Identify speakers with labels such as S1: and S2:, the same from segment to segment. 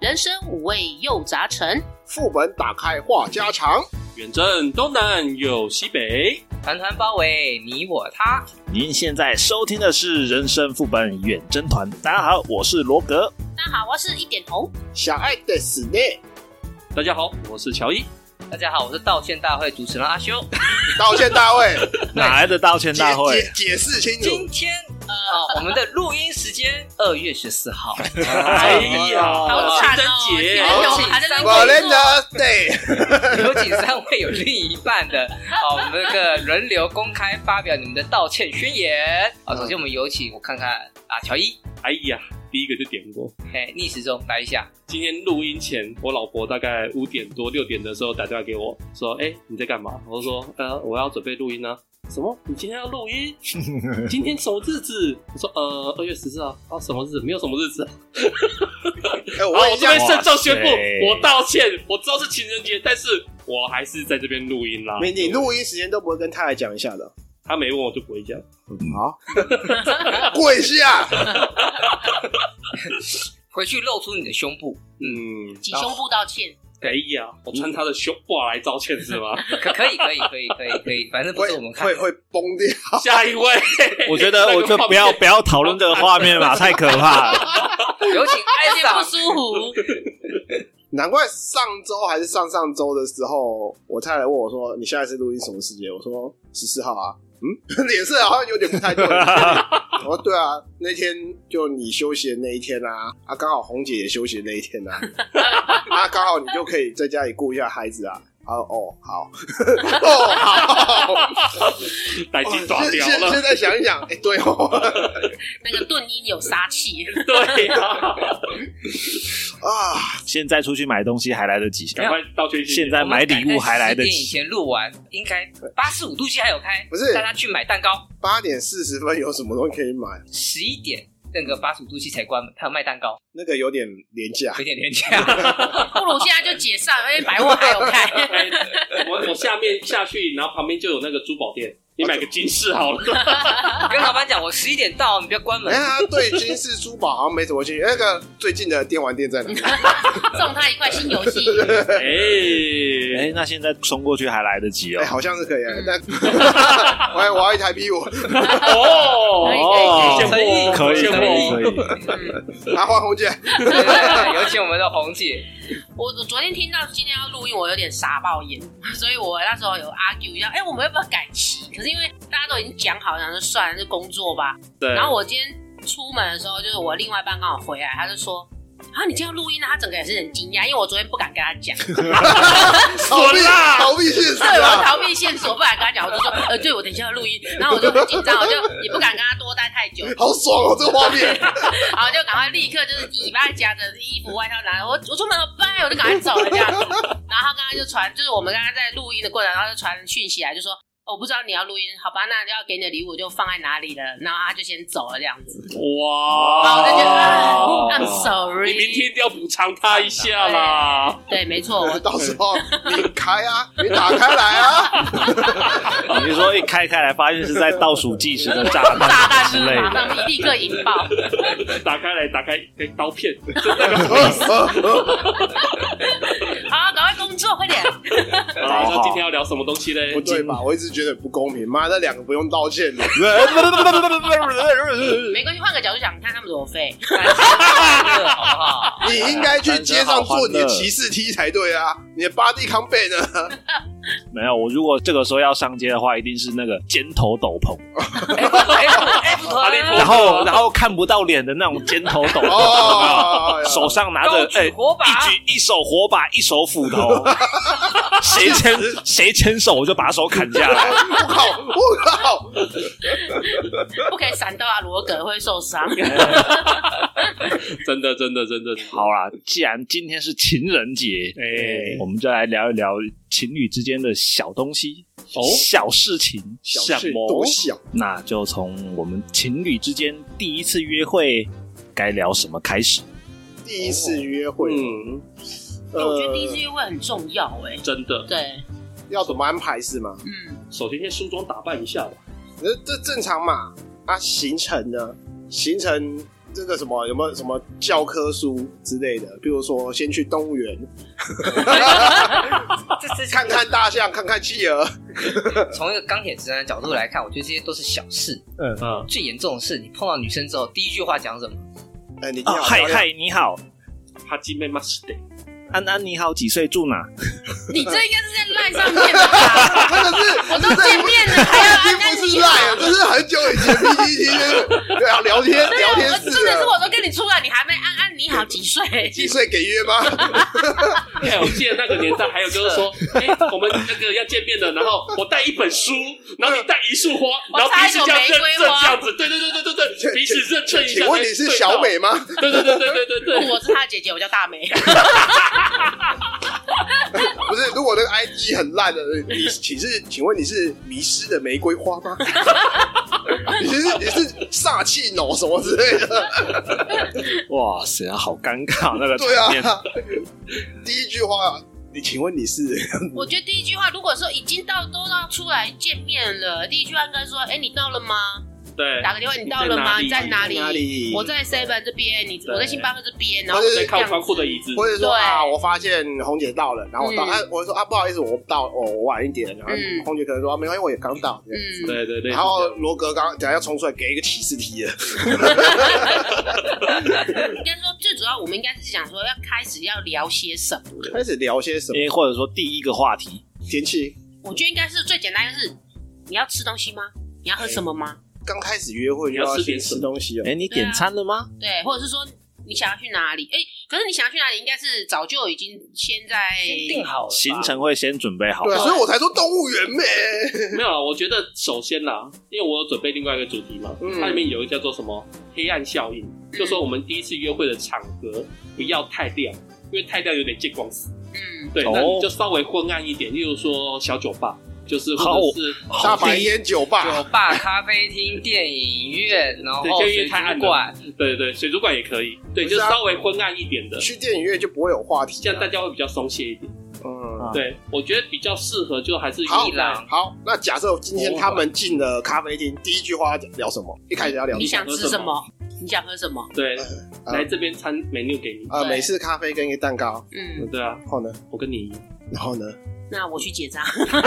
S1: 人生五味又杂陈，
S2: 副本打开话家常，
S3: 远征东南有西北，
S4: 团团包围你我他。
S5: 您现在收听的是《人生副本远征团》，大家好，我是罗格。
S1: 大家好，我是一点红。
S2: 小爱的死呢，
S3: 大家好，我是乔伊。
S4: 大家好，我是道歉大会主持人阿修。
S2: 哎道歉大会，
S5: 哪来的道歉
S2: 解
S5: 大会？
S2: 解解释清
S4: 今
S2: 楚。
S4: 天呃，我们的录音时间二月十四号，
S3: 哎呀，
S1: 好
S3: 情
S1: 惨
S3: 人
S1: 哦！
S3: 节
S1: 情人节我们还在那边
S2: 我
S1: 工
S2: 认
S1: 作
S2: 得对，
S4: 有请三位有另一半的， 好，我们这个轮流公开发表你们的道歉宣言。
S2: 嗯
S4: 好，首先我们有请我看看啊，乔伊，
S3: 哎呀，第一个就点我。
S4: 哎，逆时钟来一下，
S3: 今天录音前，我老婆大概五点多六点的时候打电话给我，说：“哎、你在干嘛？”我就说：“呃，我要准备录音啊。”什么？你今天要录音？今天什么日子？我说：“呃，二月十四号。”哦，什么日子？没有什么日子啊。
S2: 哎，
S3: 好，
S2: 我问
S3: 我
S2: 一
S3: 这
S2: 下，
S3: 边慎重宣布，
S5: 哇塞
S3: 我道歉。我知道是情人节，但是我还是在这边录音啦。
S2: 你你录音时间都不会跟太太讲一下的？
S3: 他没问我就不会讲。
S2: 好，跪下，
S4: 回去露出你的胸部，
S3: 嗯，
S1: 请胸部道歉。
S3: 哎呀，
S5: 嗯
S3: 我穿他的胸挂来道歉是 吗？
S4: 可可以，可以，可以，可以，可 以，反正不
S2: 会
S4: 是我们看
S2: 会
S4: 的。
S2: 会崩掉。
S3: 下一位，
S5: 我觉得，
S3: 那个
S5: 我就
S3: 画
S5: 不要
S3: 面
S5: 不要讨论这个画面吧，太可怕了。
S4: 有请艾
S2: 哎
S1: 有点不
S4: 莎，
S1: 舒服，
S2: 难怪上周还是上上周的时候，我太太问我说：“你下一次录音什么时间？”我说：“十四号啊。”嗯， 脸色好像有点不 太对。我说：“对啊，那天就你休息的那一天啊，啊，刚好红姐也休息的那一天啊， 啊，刚好你就可以在家里顾一下孩子啊。”啊哦好， 哦好，
S3: 奶金抓
S2: 现
S3: 掉
S2: 现
S5: 哦
S3: 了
S2: 现，在想一想，哎、对哦，
S1: 那个盾音有杀气。
S3: 对 呀，
S2: 啊，
S5: 现在出去买东西还来得及，
S3: 赶快道歉一下。
S5: 现在买礼物还来得
S4: 十点以
S5: 及。
S4: 前录完，应该八十五度 C 还有开，
S2: 不是
S4: 大家去买蛋糕。
S2: 八点四十分有什么东西可以买？
S4: 十一点那个八十五度 C 才关门，他有卖蛋糕，
S2: 那个有点廉价
S4: 有，点廉价。
S1: 不如现在就解散，因为百货还有 开。
S3: 哎我我下面下去，然后旁边就有那个珠宝店，你买个金饰好
S5: 哦
S3: 了。哎
S4: 跟老板讲，我十一点到，你不要关门
S2: 哎、。他对军事珠宝好像没什么兴趣。那个最近的电玩店在哪里？
S1: 送他一块新游戏，
S3: 哎
S5: 哎，，那现在冲过去还来得及
S2: 哎、
S5: 哦。
S2: 好像是可以、啊
S1: 嗯。
S2: 但 我还我还有一台 P 五，
S1: 可以
S3: 哦，
S1: 可
S3: 见
S1: 以
S3: 过
S4: 可
S3: 哦
S4: 以
S5: 哎可以
S3: 见过
S5: 可以可
S3: 哦
S5: 以，
S1: 嗯
S2: 拿换红姐。
S4: 对对对有请我们的红姐，
S1: 我我昨天听到今天要录音，我有点傻爆眼，所以我那时候有 argue 一下，哎、我们要不要改期？可是因为大家都已经讲好，想说算了，就工作吧。
S3: 对，
S1: 然后我今天出门的时候，就是我另外一半刚好回来，他就说。啊！你今天要录音呢、他整个也是很惊讶，因为我昨天不敢跟他讲，
S2: 逃避
S3: 损啦
S2: 逃避现实
S1: 对，我要
S2: 啊！
S1: 逃避线索，不敢跟他讲，我就说，呃，对，我等一下要录音，然后我就很紧张，我就也不敢跟他多待太久，
S2: 好爽哦，这个画面。
S1: 然后就赶快立刻就是尾巴夹着衣服外套拿，我我出门了，哎拜，我就赶快走了这样子。然后他刚刚就传，就是我们刚刚在录音的过程，然后就传讯息来，就说。哦我不知道你要录音，好吧，那要给你的礼物就放在哪里了，然后他就先走了这样子，
S3: 哦
S1: 然后我就觉得、
S3: 哇
S1: 哎 I'm
S3: 你
S1: sorry，
S3: 明天一定要补偿他一 下啦。
S1: 对，没错， 我
S2: 到时候你开啊，你打开来啊！
S5: 你是说一开开来发现是在倒数计时的炸弹
S1: 炸弹
S5: 之
S1: 是
S5: 类
S1: 马
S5: 的？
S1: 上立刻引爆，
S3: 打开来，打开，哎，刀 片，
S1: 好，赶快工作，快点，
S3: 好，那今天要聊什么东西嘞？
S2: 不对吧？我一直觉得不公平。妈，那两个不用道歉的，
S1: 没关系，换个角度想，你看他们多废，
S4: 快乐好不好？
S2: 你应该去街上做你的骑士 T 才对啊！你的 body c o m b a t 呢？
S5: 没有，我如果这个时候要上街的话，一定是那个尖头斗篷，
S4: 哎不哎不哎不
S3: 哈利波特
S5: 啊然后然后看不到脸的那种尖头斗篷，
S2: 哦，
S5: 手上拿
S4: 高
S5: 着哎
S4: 举火把，
S5: 一举一手火把，一手斧头，谁牵谁牵手我就把手砍 下来。
S2: 我靠，我靠！
S1: 不可以闪到啊，罗格会受伤。
S3: 真的，真的，真的，
S5: 好啦，既然今天是情人节，
S3: 哎
S5: 我们就来聊一聊情侣之间的小东西、
S3: 哦
S5: 小事情、
S2: 小事
S5: 什么
S2: 多小，
S5: 那就从我们情侣之间第一次约会该聊什么开始。
S2: 第一次约
S1: 哦
S2: 会，
S3: 嗯，
S1: 因为
S2: 呃
S1: 我觉得第一次约会很重要哎、
S3: 真的。
S1: 对，
S2: 要怎么安排是吗？
S1: 嗯，
S3: 首先先梳妆打扮一下吧。
S2: 那这正常嘛？啊，行程呢？行程这个什么有没有什么教科书之类的？比如说先去动物园
S4: 这这
S2: 看看大象，看看企鹅，
S4: 从一个钢铁直男的角度来看，我觉得这些都是小事。
S5: 嗯
S3: 嗯，
S4: 最严重的是，你碰到女生之后，第一句话讲什么？
S2: 哎、你你
S5: 啊，
S2: 好
S5: 嗨
S2: 漂亮，
S5: 嗨，你好，
S3: 哈基妹马斯得，
S5: 安安你好，几岁住哪？
S1: 你这应该是在赖上面的吧？
S2: 这个是
S1: 我都见面了，还要
S2: 已
S1: 安安
S2: 经不
S1: 你
S2: 是
S1: 好
S2: 赖了，这是很久以前 PPT 就是对啊聊天
S1: 对
S2: 聊
S1: 啊，
S2: 天
S1: 我
S2: 室
S1: 真的是我都跟你出来，你还没安安你好几岁？
S2: 几岁给约吗？
S3: 哎，我记得那个年代还有就 是说，哎，我们那个要见面了，然后我带一本书，然后你带一束花，
S1: 嗯我
S3: 然后彼
S1: 插一
S3: 此
S1: 朵
S3: 这样认
S1: 玫瑰
S3: 证
S1: 花
S3: 这样子，对对对对对对，彼此认证一下。
S2: 请问你是小美吗？
S3: 对？对对对对对对 对，
S1: 我是他的姐姐，我叫大梅。
S2: 不是，如果那个 ID 很烂的，你你是请问你是迷失的玫瑰花 吗？你是你是煞气脑什么之类 的？
S5: 哇塞，好尴尬那个
S2: 对
S5: 场面。
S2: 啊，第一句话，你请问你是
S1: 我觉得第一句话，如果说已经到都要出来见面了，第一句话应该说：“哎，你到了吗？
S3: 对
S1: 打个电话，你到了吗？
S3: 你
S1: 你
S3: 在
S1: 在
S3: 哪
S1: 哪
S2: 里哪里
S1: 里？我在 seven 这边，你
S3: 对
S1: 我在星巴克这边，然
S2: 或
S1: 后
S2: 者
S3: 在
S2: 是
S3: 靠窗户的椅子，
S2: 或者说
S1: 对
S2: 啊，我发现红姐到了，然后我到，
S1: 嗯
S2: 哎、我就说啊，不好意思，我到，我我晚一点，然后
S1: 嗯
S2: 红姐可能说、啊没关系，我也刚到。
S1: 嗯，
S3: 对对对，
S2: 然后罗格刚等下要冲出来给一个起司踢了，
S1: 应该说最主要，我们应该是想说要开始要聊些什么。
S2: 开始聊些什么
S5: 因为或者说第一个话题，
S2: 天气。
S1: 我觉得应该是最简单，就是你要吃东西吗？你要喝什么吗？
S2: 刚开始约会就
S3: 你要吃
S2: 先
S3: 点什
S2: 吃
S3: 么
S2: 东西哦
S5: 哎、，你点餐了吗？
S1: 对，或者是说你想要去哪里？哎、可是你想要去哪里，应该是早就已经先在
S4: 先定好了吧
S5: 行。程会先准备好
S2: 对，啊，
S1: 对
S2: 所以我才说动物园呗。
S3: 没有啊，我觉得首先啦，因为我有准备另外一个主题嘛，
S2: 嗯
S3: 它里面有一个叫做什么黑暗效应，就说我们第一次约会的场合不要太亮，因为太亮有点见光死。
S1: 嗯，
S3: 对，
S5: 哦
S3: 那你就稍微昏暗一点，例如说小酒吧，就是
S5: 好
S3: 或者是
S2: 大白天酒
S4: 酒
S2: 吧，
S3: 啊
S4: 吧、咖啡厅、电影院，然后
S3: 对电影
S4: 水
S3: 院太暗
S4: 族
S3: 了
S4: 馆，
S3: 对对对，水族馆也可以，对，
S2: 不
S3: 就是
S2: 啊
S3: 稍微昏暗一点的，
S2: 去电影院就不会有话题
S3: 这样大
S2: 了。
S3: 家会比较松懈一点。
S2: 嗯，
S3: 对，我觉得比较适合就还是
S2: 好
S3: 一来
S2: 好，那假设今天他们进了咖啡厅，第一句话要聊什么？一开始要聊
S1: 你想
S3: 喝
S1: 吃
S3: 什
S1: 什
S3: 么
S1: 么？你想喝什么？
S3: 对，
S2: 啊
S3: 来这边餐 menu 给你。
S2: 啊，
S1: 对
S2: 美式咖啡跟一个蛋糕，
S1: 嗯，
S3: 对啊，
S2: 然后呢，
S3: 我跟你一样。
S2: 然后呢，
S1: 那我去结账。
S2: 好烂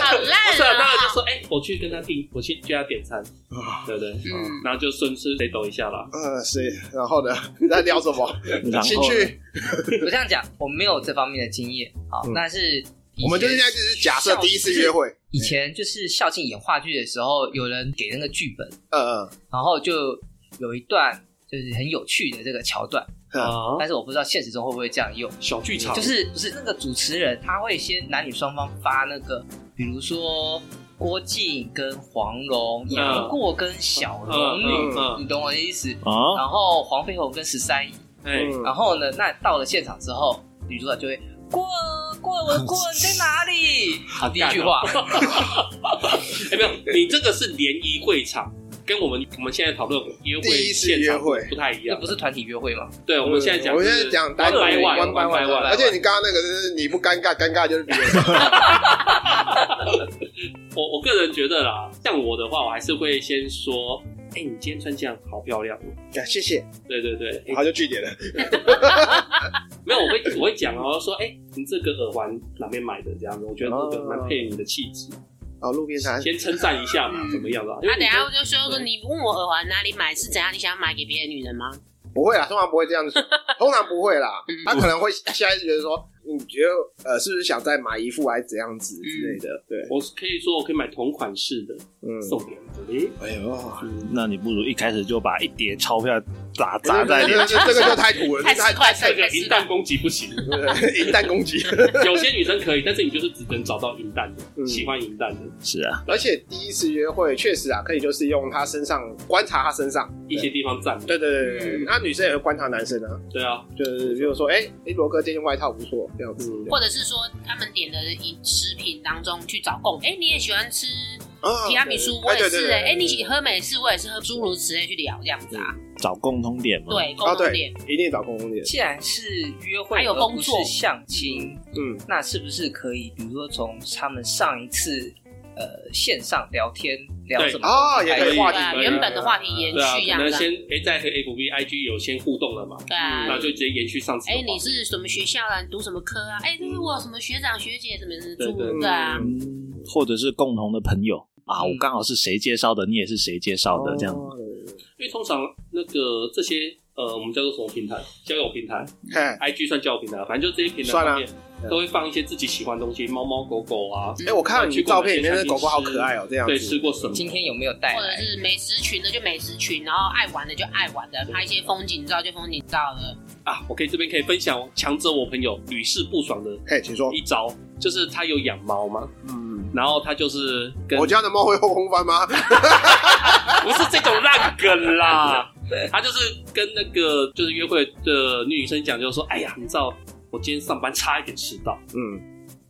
S1: 好
S3: 不
S1: 烂
S3: 是、啊，当然就
S1: 啊！
S3: 说，哎、我去跟他订，我去去他点餐，
S2: 啊！
S3: 对不对？
S1: 嗯，
S3: 然后就顺势再抖一下啦。
S2: 呃，是，然后呢，你在聊什么？
S5: 然后
S2: 兴趣？
S4: 我这样讲，我没有这方面的经验啊
S2: 嗯，
S4: 但是以
S2: 我们就
S4: 前
S2: 是现在就是假设第一次约会，
S4: 以前就是校庆演话剧的时候，有人给那个剧本，
S2: 呃，
S4: 然后就有一段就是很有趣的这个桥段，
S2: 哦
S3: 啊，
S4: 但是我不知道现实中会不会这样用。
S3: 小剧场
S4: 就是不是那个主持人，他会先男女双方发那个，比如说郭靖跟黄蓉，
S2: 嗯
S4: 杨过跟小龙女，
S3: 嗯嗯嗯
S4: 你懂我的意思？
S5: 啊，
S4: 然后黄飞鸿跟十三姨，
S3: 哎、
S2: 嗯
S4: 然后呢，那到了现场之后，女主角就会过过文过你在哪里？好，第一句话，
S3: 哎没有，你这个是联谊会场，跟我们我们现在讨论约会
S2: 第一次
S3: 现
S2: 约
S3: 场
S2: 会嗯
S3: 不太一
S4: 这
S3: 样
S4: 不。是团体约会吗？
S3: 对，我们现在讲，
S2: 我们现在讲
S3: 单
S2: 单
S3: 百
S2: 人
S3: 万，
S2: one by one，
S3: 百
S4: 对
S3: 万。
S2: 而且你刚刚那个就是你不尴尬，尴尬就是别人。
S3: 我我个人觉得啦，像我的话，我还是会先说，哎、你今天穿这样好漂亮哦。
S2: 啊谢谢，
S3: 对对对，哎
S2: 然后就据点了。
S3: 没有，我会我会讲哦，说，哎、你这个耳环哪边买的？这样子，我觉得这个
S2: 哦
S3: 蛮配你的气质。
S2: 啊，路边摊，
S3: 先称赞一下嘛，
S2: 嗯
S3: 怎么样啊啦？因
S1: 那啊
S3: 为
S1: 等一下我就说说，你问我耳环哪里买是怎样？你想买给别的女人吗？
S2: 不会啦，通常不会这 样子，通常不会啦
S1: 嗯。
S2: 他可能会 下一次觉得说，你觉得呃，是不是想再买一副还是怎样
S1: 嗯
S2: 子之类的？对，
S3: 我可以说我可以买同款式的
S2: 嗯，
S3: 送给你。
S2: 哎 呦，
S5: 那你不如一开始就把一叠钞票砸砸
S2: 这
S5: 在
S2: 个
S5: 你
S2: 这。个这个就太土了，
S1: 太
S2: 这
S1: 十
S2: 太
S1: 块
S3: 这
S1: 钱，
S3: 个
S1: 太
S3: 哎银
S1: 十块
S3: 弹。攻击不行，
S2: 嗯 对银弹攻击。
S3: 有些女生可以，但是你就是只能找到银弹的，
S2: 嗯
S3: 喜欢银弹的
S5: 是啊，
S2: 而且第一次约会确实啊，可以就是用他身上观察他身上，
S3: 一些地方占的。
S2: 对对对对对，
S1: 嗯
S2: 那女生也会观察男生啊，
S3: 对啊，
S2: 就是比如说，哎、哎，罗哥这件外套不错，这样子。
S3: 嗯
S1: 或者是说，他们点的饮食品当中去找共，哎、你也喜欢吃
S2: 啊
S1: 提拉米苏，
S3: 哦
S1: 我也是、哎、哎，你喜
S2: 欢
S1: 喝美式，我也是喝，诸如此类哎去聊这样子
S3: 嗯
S1: 啊，
S5: 找共通点
S3: 哦
S5: 嘛。，
S1: 对，
S2: 啊？
S1: 共同
S2: 对
S1: 点，，
S2: 一定找公共点。
S4: 既然是约会，
S1: 还有工作
S4: 而不是相亲，
S2: 嗯，
S4: 那是不是可以，比如说从他们上一次呃线上聊天聊
S3: 对
S4: 什么
S2: 啊，也可以
S3: 话
S2: 话
S3: 题
S1: 对啊，
S3: 可以
S1: 原本的话题延
S3: 对啊，
S1: 续
S3: 可
S1: 啊，
S3: 能
S1: 对啊
S3: 先哎在这个 F B I G 有先互动了嘛，
S1: 对啊
S3: 那。就直接延续上次的
S1: 哎
S3: 话。，
S1: 你是什么学校啊？你读什么科啊？哎，这是我什么学长学姐怎么怎
S3: 对对
S1: 么对啊？
S2: 嗯
S5: 嗯或者是共同的朋友啊，
S4: 嗯
S5: 我刚好是谁介绍的，你也是谁介绍
S2: 哦
S5: 的，这样。
S3: 因为通常那个这些呃，我们叫做什么平台？交友平台
S2: 嘿，
S3: ，IG 算交友平台，反正就这些平台
S2: 算啊
S3: 上面都会放一些自己喜欢的东西，猫猫狗狗啊，
S2: 哎，我看到你照片里面的狗狗好可爱哦，这样
S3: 对，
S2: 子
S3: 吃过什么？
S4: 今天有没有带
S1: 或者
S4: 来？
S1: 是美食群的就美食群，然后爱玩的就爱玩的，拍一些风景照就风景照了。
S3: 啊，我可以这边可以分享强者我朋友屡试不爽的
S2: 嘿，请说。
S3: 一招，就是他有养猫嘛，
S2: 嗯，
S3: 然后他就是跟
S2: 我家的猫会后空翻 吗？
S3: 不是这种烂梗 啦，他就是跟那个就是约会的女生讲，就是说，哎呀，你知道我今天上班差一点迟到，
S2: 嗯，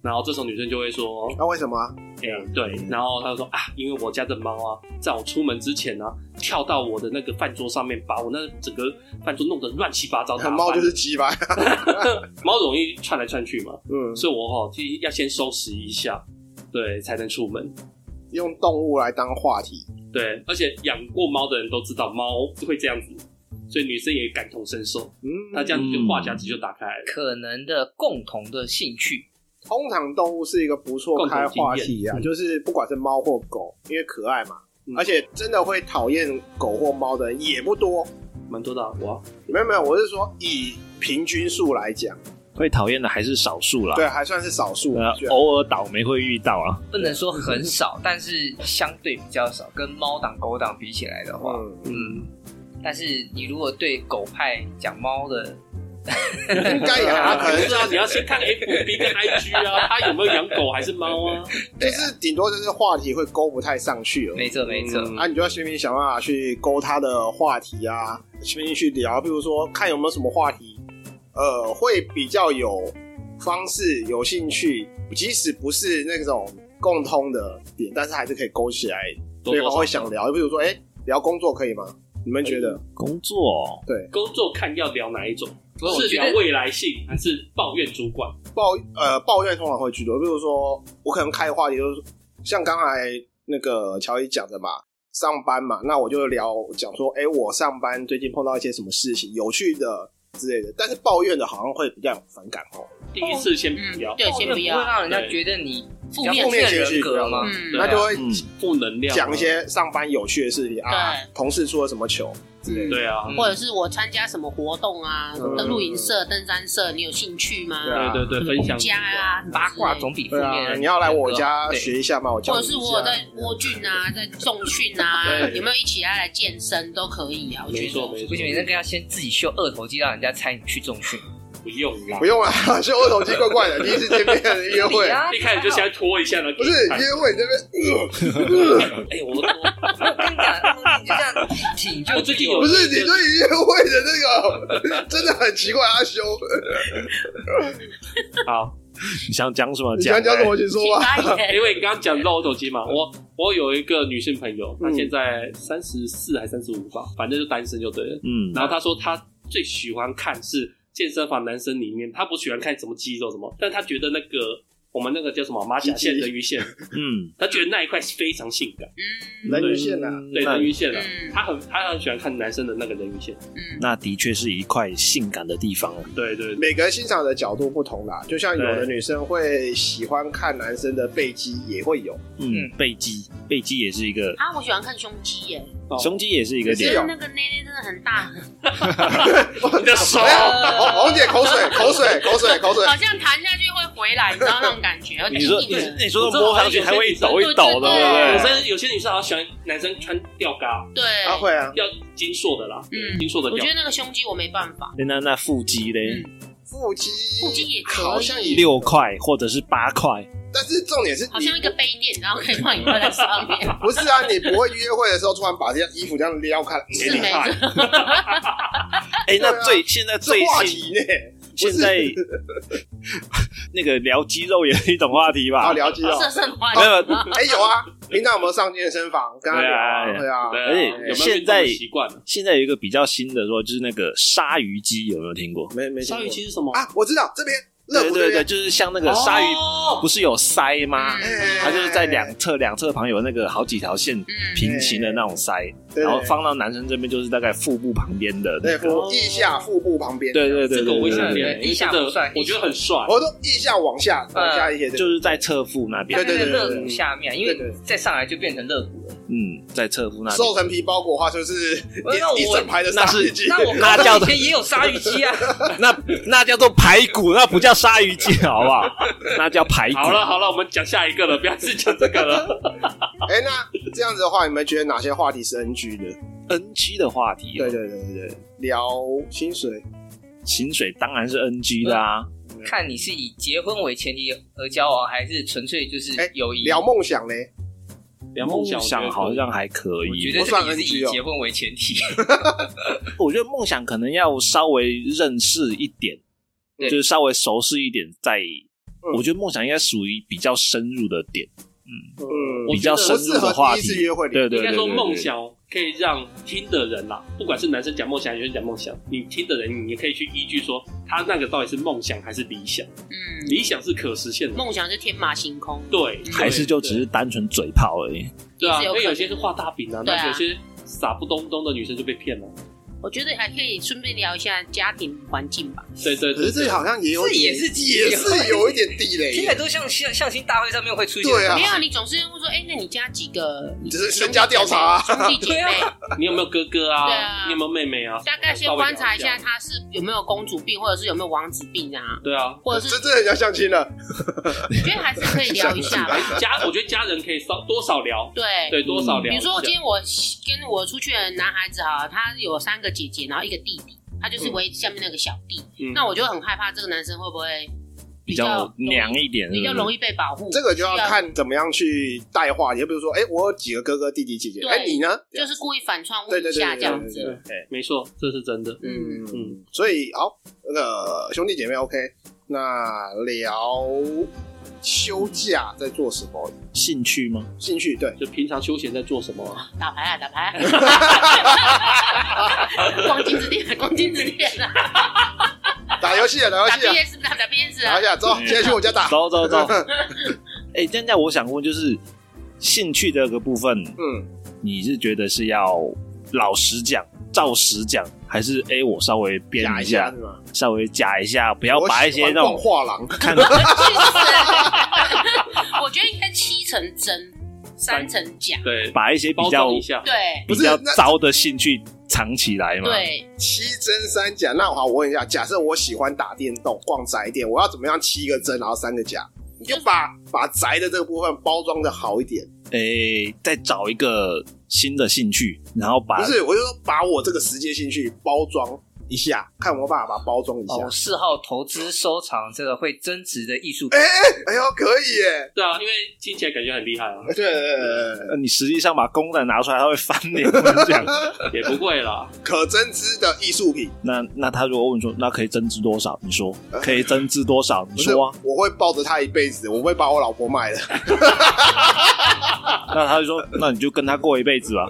S3: 然后这时候女生就会说，
S2: 那为什么啊？
S3: 哎、对，然后他就说啊，因为我家的猫啊，在我出门之前呢、啊，跳到我的那个饭桌上面，把我那整个饭桌弄得乱七八糟，打 翻
S2: 猫就是鸡吧？
S3: 猫容易窜来窜去嘛，
S2: 嗯，
S3: 所以我哦，其实要先收拾一下，对，才能出门。
S2: 用动物来当话题。
S3: 对，而且养过猫的人都知道猫会这样子，所以女生也感同身受。
S2: 嗯，
S3: 那这样子就话匣子就打开来了。
S4: 可能的共同的兴趣，
S2: 通常动物是一个不错开话题啊，
S3: 共同经验嗯
S2: 就是不管是猫或狗，因为可爱嘛，
S3: 嗯
S2: 而且真的会讨厌狗或猫的人也不多。
S3: 蛮多的啊，哇，
S2: 没有没有，我是说以平均数来讲，
S5: 会讨厌的还是少数
S3: 啊
S5: 啦，
S2: 对，还算是少数。
S5: 呃
S2: 对，啊
S5: 偶尔倒霉会遇到啊。
S4: 不能说很少，但是相对比较少。跟猫党、狗党比起来的话，
S3: 哦
S2: 嗯，
S4: 嗯，但是你如果对狗派讲猫的，
S2: 应该也还好可能
S3: 是 啊，你要先看 FB 跟 IG 啊，他有没有养狗还是猫啊？
S2: 就是顶多就是话题会勾不太上去而已
S4: 没错没错，
S3: 嗯
S2: 啊，你就要拼命想办法去勾他的话题啊，拼命去聊，比如说看有没有什么话题，呃，会比较有方式、有兴趣，即使不是那种共通的点，但是还是可以勾起来，
S3: 多
S2: 对
S3: 多
S2: 方
S3: 少
S2: 会
S3: 少
S2: 想聊。比如说，哎、聊工作可以吗？你们觉得？
S5: 工作哦
S2: 对，
S3: 工作看要聊哪一种，
S4: 不过我
S3: 是
S4: 觉
S3: 聊
S4: 得
S3: 未来性还是抱怨主管？
S2: 抱呃抱怨通常会居多，比如说我可能开话题就是像刚才那个乔伊讲的嘛，上班嘛，那我就聊讲说，哎、我上班最近碰到一些什么事情有趣的之类的，但是抱怨的好像会比较有反感哦。
S3: 第一次先
S1: 嗯
S3: 不要，，
S1: 对，先不
S4: 会
S1: 要。
S4: 让人家觉得你
S1: 负
S4: 比较
S1: 面
S2: 负面情绪
S4: 人格吗？
S1: 嗯，
S3: 对
S2: 那
S3: 啊
S2: 就会
S5: 嗯
S3: 负能量啊
S2: 讲一些上班有趣的事情啊
S1: 对，
S2: 同事出了什么糗之类的。
S3: 对啊，
S4: 嗯
S1: 或者是我参加什么活动啊，
S2: 嗯
S1: 登露营社、登山社，你有兴趣吗？
S2: 对啊
S3: 对对对，分享
S1: 家啊，
S4: 八卦总比负
S2: 对
S4: 面人格
S2: 啊，
S4: 好。
S2: 你要来我家
S4: 对
S2: 学一下嘛，我教
S1: 或
S2: 你
S1: 者
S2: 一
S1: 是
S2: 下。
S1: 我有在窝菌啊，在重训啊，
S2: 对
S1: 有没有一起来来健身都可以啊？我觉
S3: 没错
S1: 得
S3: 没错，
S4: 不行，你那个要先自己秀二头肌，让人家猜你去重训。
S3: 不用啦
S2: 不，用啊， 修我手机怪怪的，第一次见面的约会，
S4: 啊
S3: 一开始就先拖一下呢，
S2: 不是约会这边呃
S3: 哎，我我
S4: 我跟你讲，你就这样挺就
S3: 我最近 有
S2: 不是你对约会的那个 真的很奇怪，阿修，
S3: 好，
S5: 你想讲什么？
S2: 你 想讲什么？请说
S1: 请
S2: 吧。
S1: 发 言。
S3: 因为你刚刚讲漏斗机嘛，我我有一个女性朋友，她现在三十四还三十五吧，反正就单身就对了。
S5: 嗯，
S3: 然后她说她最喜欢看是健身房男生里面，她不喜欢看什么肌肉什么，但她觉得那个我们那个叫什么马甲线、
S2: 鸡鸡
S3: 人鱼线，
S5: 嗯，
S3: 她觉得那一块非常性感，
S1: 嗯
S2: 人鱼线啊，
S3: 对人鱼线啊，
S1: 嗯
S3: 她很她很喜欢看男生的那个人鱼线，
S1: 嗯，
S5: 那的确是一块性感的地方了。哦
S3: 对对对
S2: 每个人欣赏的角度不同啦，就像有的
S3: 对
S2: 女生会喜欢看男生的背肌，也会有。
S5: 嗯
S4: 嗯，
S5: 背肌，背肌也是一个，
S1: 啊，我喜欢看胸肌耶，
S3: 哦
S5: 胸肌也是一个
S2: 也
S5: 点
S2: 是。有
S1: 那个内内真的很大，
S3: 你的手啊
S2: 哎呀红红姐口水， 口水，口水，口 水。
S1: 好像弹下去会回来，你知道那种感觉？有
S5: 你
S1: 点
S5: 说
S1: 硬
S5: 你
S1: 的
S5: 你说摸上去还会一抖一抖的，
S1: 对
S3: 有
S5: 对不对？
S3: 些有些女生好像喜欢男生穿吊嘎，
S1: 对，
S2: 啊，会啊，
S3: 要金硕的啦，
S1: 嗯
S3: 金硕的
S1: 我觉
S3: 吊
S1: 得。那个胸肌我没办 法，
S5: 那那那腹肌嘞，
S1: 嗯，
S2: 腹肌，
S1: 腹肌也可以
S2: 好像也，
S5: 六块或者是八块，
S2: 但是重点是
S1: 好
S2: 你
S1: 像一个杯垫，然后可以放饮料在上面，
S2: 不是啊，你不会约会的时候突然把这件衣服这样撩 开，
S1: 是
S2: 给你
S1: 没
S2: 看，
S1: 错，
S2: 对
S5: 哎，那
S2: 啊
S5: 最现在
S2: 这
S5: 最
S2: 话
S5: 新
S2: 题呢？不
S5: 现
S2: 是
S5: 在那个聊肌肉也是一种话题
S2: 啊，
S5: 吧？
S2: 聊肌肉。
S1: 色色的话
S5: 没有，
S2: 哎，有啊，平常有没有上健身房？跟他聊啊，
S5: 对
S2: 对啊，
S3: 对啊，
S5: 而且
S3: 有没有
S5: 现
S3: 运动的
S5: 在
S3: 习惯？
S5: 现在有一个比较新的说，就是那个鲨鱼肌，有没有听过？
S2: 没没听
S3: 鲨
S2: 过
S3: 鱼其实什么？
S2: 啊，我知道这边肋
S5: 对
S2: 骨
S5: 对
S2: 对
S5: 对，
S2: 面，
S5: 就是像那个鲨鱼
S3: 哦
S5: 不是有鳃吗？
S1: 嗯
S5: 它就是在两侧两侧旁有那个好几条线
S1: 嗯
S5: 平行的那种鳃，
S2: 对对
S5: 然后放到男生这边就是大概腹部旁边的
S2: 对
S5: 那个。
S2: 腹腋下腹部旁边，
S5: 对对对，
S3: 这个我
S5: 对
S3: 也想
S5: 对对哦
S3: 练，
S4: 对一下
S3: 真
S4: 不
S3: 的
S4: 算，
S3: 我觉得很帅。
S2: 我都腋下往下往下一些，
S5: 就是在侧腹那边
S2: 对，对对对对
S4: 肋骨下面，啊因为
S2: 对对
S4: 再上来就变成肋骨了。
S5: 嗯，在侧腹那
S2: 瘦
S5: 边。
S2: 成皮包裹的话，就是
S4: 我那我
S2: 一一整排的
S5: 那
S2: 鲨
S5: 是
S2: 鱼鸡，
S4: 那我
S5: 那
S4: 高
S5: 叫
S4: 中以前也有鲨鱼鸡 啊，
S5: 那那叫做排骨，那不叫鲨鱼精，好不好？那叫排骨。
S3: 好了好了，我们讲下一个了，不要只讲这个了。
S2: 哎、那这样子的话，你们觉得哪些话题是 NG 的？
S5: ，NG 的话题、哦
S2: 对，对对对对，聊薪水，
S5: 薪水当然是 NG 的啊。
S4: 看你是以结婚为前提而交往，还是纯粹就是
S2: 哎
S4: 友谊？
S2: 聊梦想嘞，
S3: 梁梦想，
S5: 想好像还可
S4: 我觉
S5: 以，
S4: 得这个也是
S2: NG
S4: 以
S2: 哦
S4: 结婚为前提，
S5: 我觉得梦想可能要稍微认识一点，
S4: 对
S5: 就是稍微熟识一点再。
S2: 嗯
S5: 我觉得梦想应该属于比较深入的点，
S2: 嗯，
S5: 比较深
S2: 不
S5: 入
S2: 适
S5: 的
S2: 合
S5: 话
S2: 第一
S5: 题
S2: 次。约会里，
S5: 对对
S3: 应
S5: 对
S3: 该
S5: 对
S3: 说
S5: 对
S3: 梦想可以让听的人啦，不管是男生讲梦想，女生讲梦想，你听的人，你也可以去依据说他那个到底是梦想还是理想，
S1: 嗯，
S3: 理想是可实现的，
S1: 梦想是天马行空，
S3: 对，对
S5: 还是就只是单纯嘴炮而已。
S3: 对啊，
S1: 也是
S3: 因
S1: 有可能
S3: 为有些是画大饼啊，
S1: 对啊
S3: 那有些傻不咚咚的女生就被骗了，
S1: 我觉得还可以顺便聊一下家庭环境吧。
S3: 对对
S2: 可
S3: 对
S2: 是，这好像也有
S4: 这也
S2: 点，
S4: 是
S2: 也是有一点地雷，
S4: 听起来都像相相亲大会上面会出现的
S2: 对啊
S1: 没有，你总是会说，哎，那你家几个？
S2: 只是身家调查啊
S1: 兄 弟姐妹
S4: 对，
S3: 你有没有哥哥
S1: 对
S3: 啊？
S1: 啊
S3: 你有没有妹妹啊？
S1: 大概先
S3: 稍微聊
S1: 观察一下
S3: 下，
S1: 他是有没有公主病，或者是有没有王子病啊，
S3: 对啊。
S1: 或者
S2: 这
S1: 是
S2: 这很像相亲了。
S1: 我觉得还是可以聊一下吧。
S3: 哎家，我觉得家人可以少多少聊，
S1: 对，
S3: 对多少聊
S1: 嗯
S3: 一下。
S1: 比如说，我今天我跟我出去的男孩子哈，他有三个姐姐，然后一个弟弟，他就是围下面那个小弟，
S3: 嗯
S1: 那我就很害怕这个男生会不会
S5: 比较娘一点，嗯
S1: 比较容
S5: 易。
S1: 易被保护。
S2: 嗯这个就要看怎么样去带话题，也比如说，哎、我有几个哥哥弟弟姐姐，
S1: 对
S2: 哎、你呢？
S1: 就是故意反串问
S2: 对
S1: 一
S2: 对对
S1: 下
S2: 对
S1: 这样
S2: 对
S1: 子。
S2: 对对，
S3: 对，没错，这是真的。
S2: 嗯嗯
S3: 嗯，
S2: 所以好，那个兄弟姐妹 OK，那聊休假在做什么？
S5: 兴趣吗？
S2: 兴 趣对，
S3: 就平常休闲在做什么 啊？
S1: 打牌啊，打 牌、啊，逛金子店，逛金子店啊，
S2: 打游戏啊，打游
S1: 打
S2: 戏啊，
S1: PS 打打 PS
S2: 打
S1: 啊
S2: 一，下，走，
S5: 嗯
S2: 现在去我家打。
S5: 走走走。哎，现在我想问，就是兴趣这个部分，
S2: 嗯，
S5: 你是觉得是要老实讲、照实讲，还是哎、诶我稍微编
S2: 打
S5: 一
S2: 下
S5: 下
S2: 是，吗？
S5: 稍微假一下，不要
S2: 我
S5: 把一
S2: 喜
S5: 些
S2: 欢
S5: 那
S2: 逛
S5: 种
S2: 画廊，
S5: 看
S2: 啊
S1: 去死！我觉得应该七成真，三成假。
S3: 对，
S5: 把一些比
S3: 包
S5: 较
S3: 装一下。
S1: 对
S2: 不
S5: 比
S2: 是
S5: 较
S2: 那
S5: 糟的兴趣藏起来嘛。，
S1: 对，
S2: 七真三假。那好，我问一下，假设我喜欢打电动、逛宅店，我要怎么样七个真，然后三个假？你就把把宅的这个部分包装的好一点。
S5: 哎、再找一个新的兴趣，然后把
S2: 不是，我就说把我这个实际兴趣包装一下，看有没有办法把它包装一下。
S4: 哦，嗜好、投资、收藏这个会增值的艺术品
S2: 哎、，哎呦，可以耶！
S3: 对啊，因为听起来感觉很厉害 啊，
S2: 对对对对对
S5: 呃你实际上把公仔拿出来，他会翻脸。我跟你讲，
S3: 也不会啦。
S2: 可增值的艺术品，
S5: 那那他如果问说，那可以增值多少？你说
S3: 呃
S5: 可以增值多少？
S2: 不
S5: 你
S2: 是
S5: 说啊。
S2: 我会抱着它一辈子，我不会把我老婆卖了。
S5: 那他就
S3: 呃
S5: 说，那你就跟他过一辈子吧。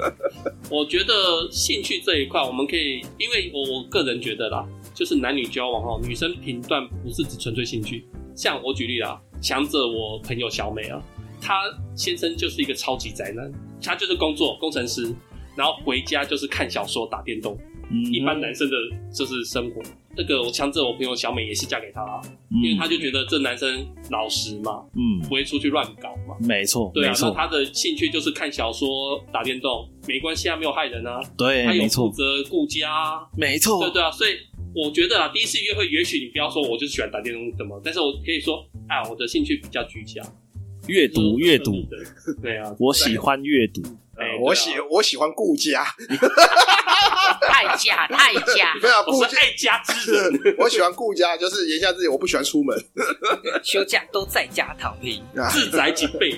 S3: 我觉得兴趣这一块，我们可以，因为我我个人觉得啦，就是男女交往哦，女生评断不是只纯粹兴趣。像我举例啦，强者我朋友小美啊，她先生就是一个超级宅男，他就是工作工程师，然后回家就是看小说、打电动，
S5: 嗯
S3: 一般男生的就是生活。这个我强者我朋友小美也是嫁给他啊，因为他
S2: 嗯
S3: 就觉得这男生老实嘛，
S5: 嗯，
S3: 不会出去乱搞嘛。
S5: 嗯没错，
S3: 对啊
S5: 没，
S3: 那
S5: 错，
S3: 他的兴趣就是看小说、打电动，没关系啊，没有害人啊。
S2: 哎
S5: 对，
S3: 他有
S5: 没
S3: 负
S5: 错，
S3: 责顾家啊，
S5: 没错，
S2: 哦
S3: 对对啊，所以我觉得啊，第一次约会，也许你不要说我就喜欢打电动什么，但是我可以说，啊，我的兴趣比较居家，
S5: 阅读阅读，
S3: 对对啊，
S5: 我喜欢阅读，
S3: 哎
S2: 呃
S3: 对啊
S2: 我喜我喜欢顾家，
S1: 太假太假。
S2: 没有啊顾
S3: 我
S2: 家
S3: 是，爱家之人，
S2: 我喜欢顾家，就是言下之意，我不喜欢出门。
S4: 休假都在家躺平。
S3: 自宅几倍，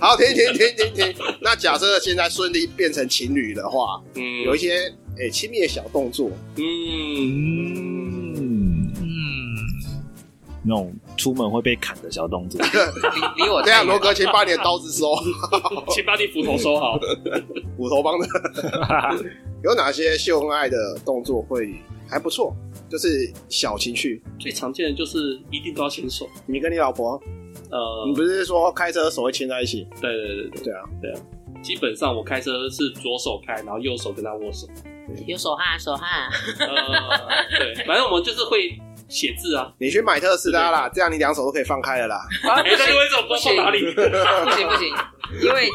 S2: 好，停停停停 停。那假设现在顺利变成情侣的话，
S3: 嗯，
S2: 有一些哎亲密的小动作，
S3: 嗯，
S5: 嗯，
S4: 嗯，
S5: 那种出门会被砍的小 动作，
S4: 离离我
S2: 这样
S4: 太
S2: 罗
S4: 远。
S2: 哥，请把你的刀子收，
S3: 请把你斧头收好，
S2: 骨头帮的。有哪些秀恩爱的动作会还不错？就是小情趣，
S3: 最常见的就是一定都要牵手，
S2: 你跟你老婆，
S3: 呃
S2: 你，不是说开车手会牵在一起？
S3: 对对对对，
S2: 对啊，
S3: 基本上我开车是左手开，然后右手跟他握手，
S1: 有手汗啊手汗，
S3: 呃，对，反正我们就是会写 字啊，
S2: 你去买特斯拉啦，这样你两手都可以放开了啦。
S4: 啊，
S3: 哎，
S4: 不
S3: 那
S4: 行
S3: 你为什么不放哪里？
S4: 不行不行，因为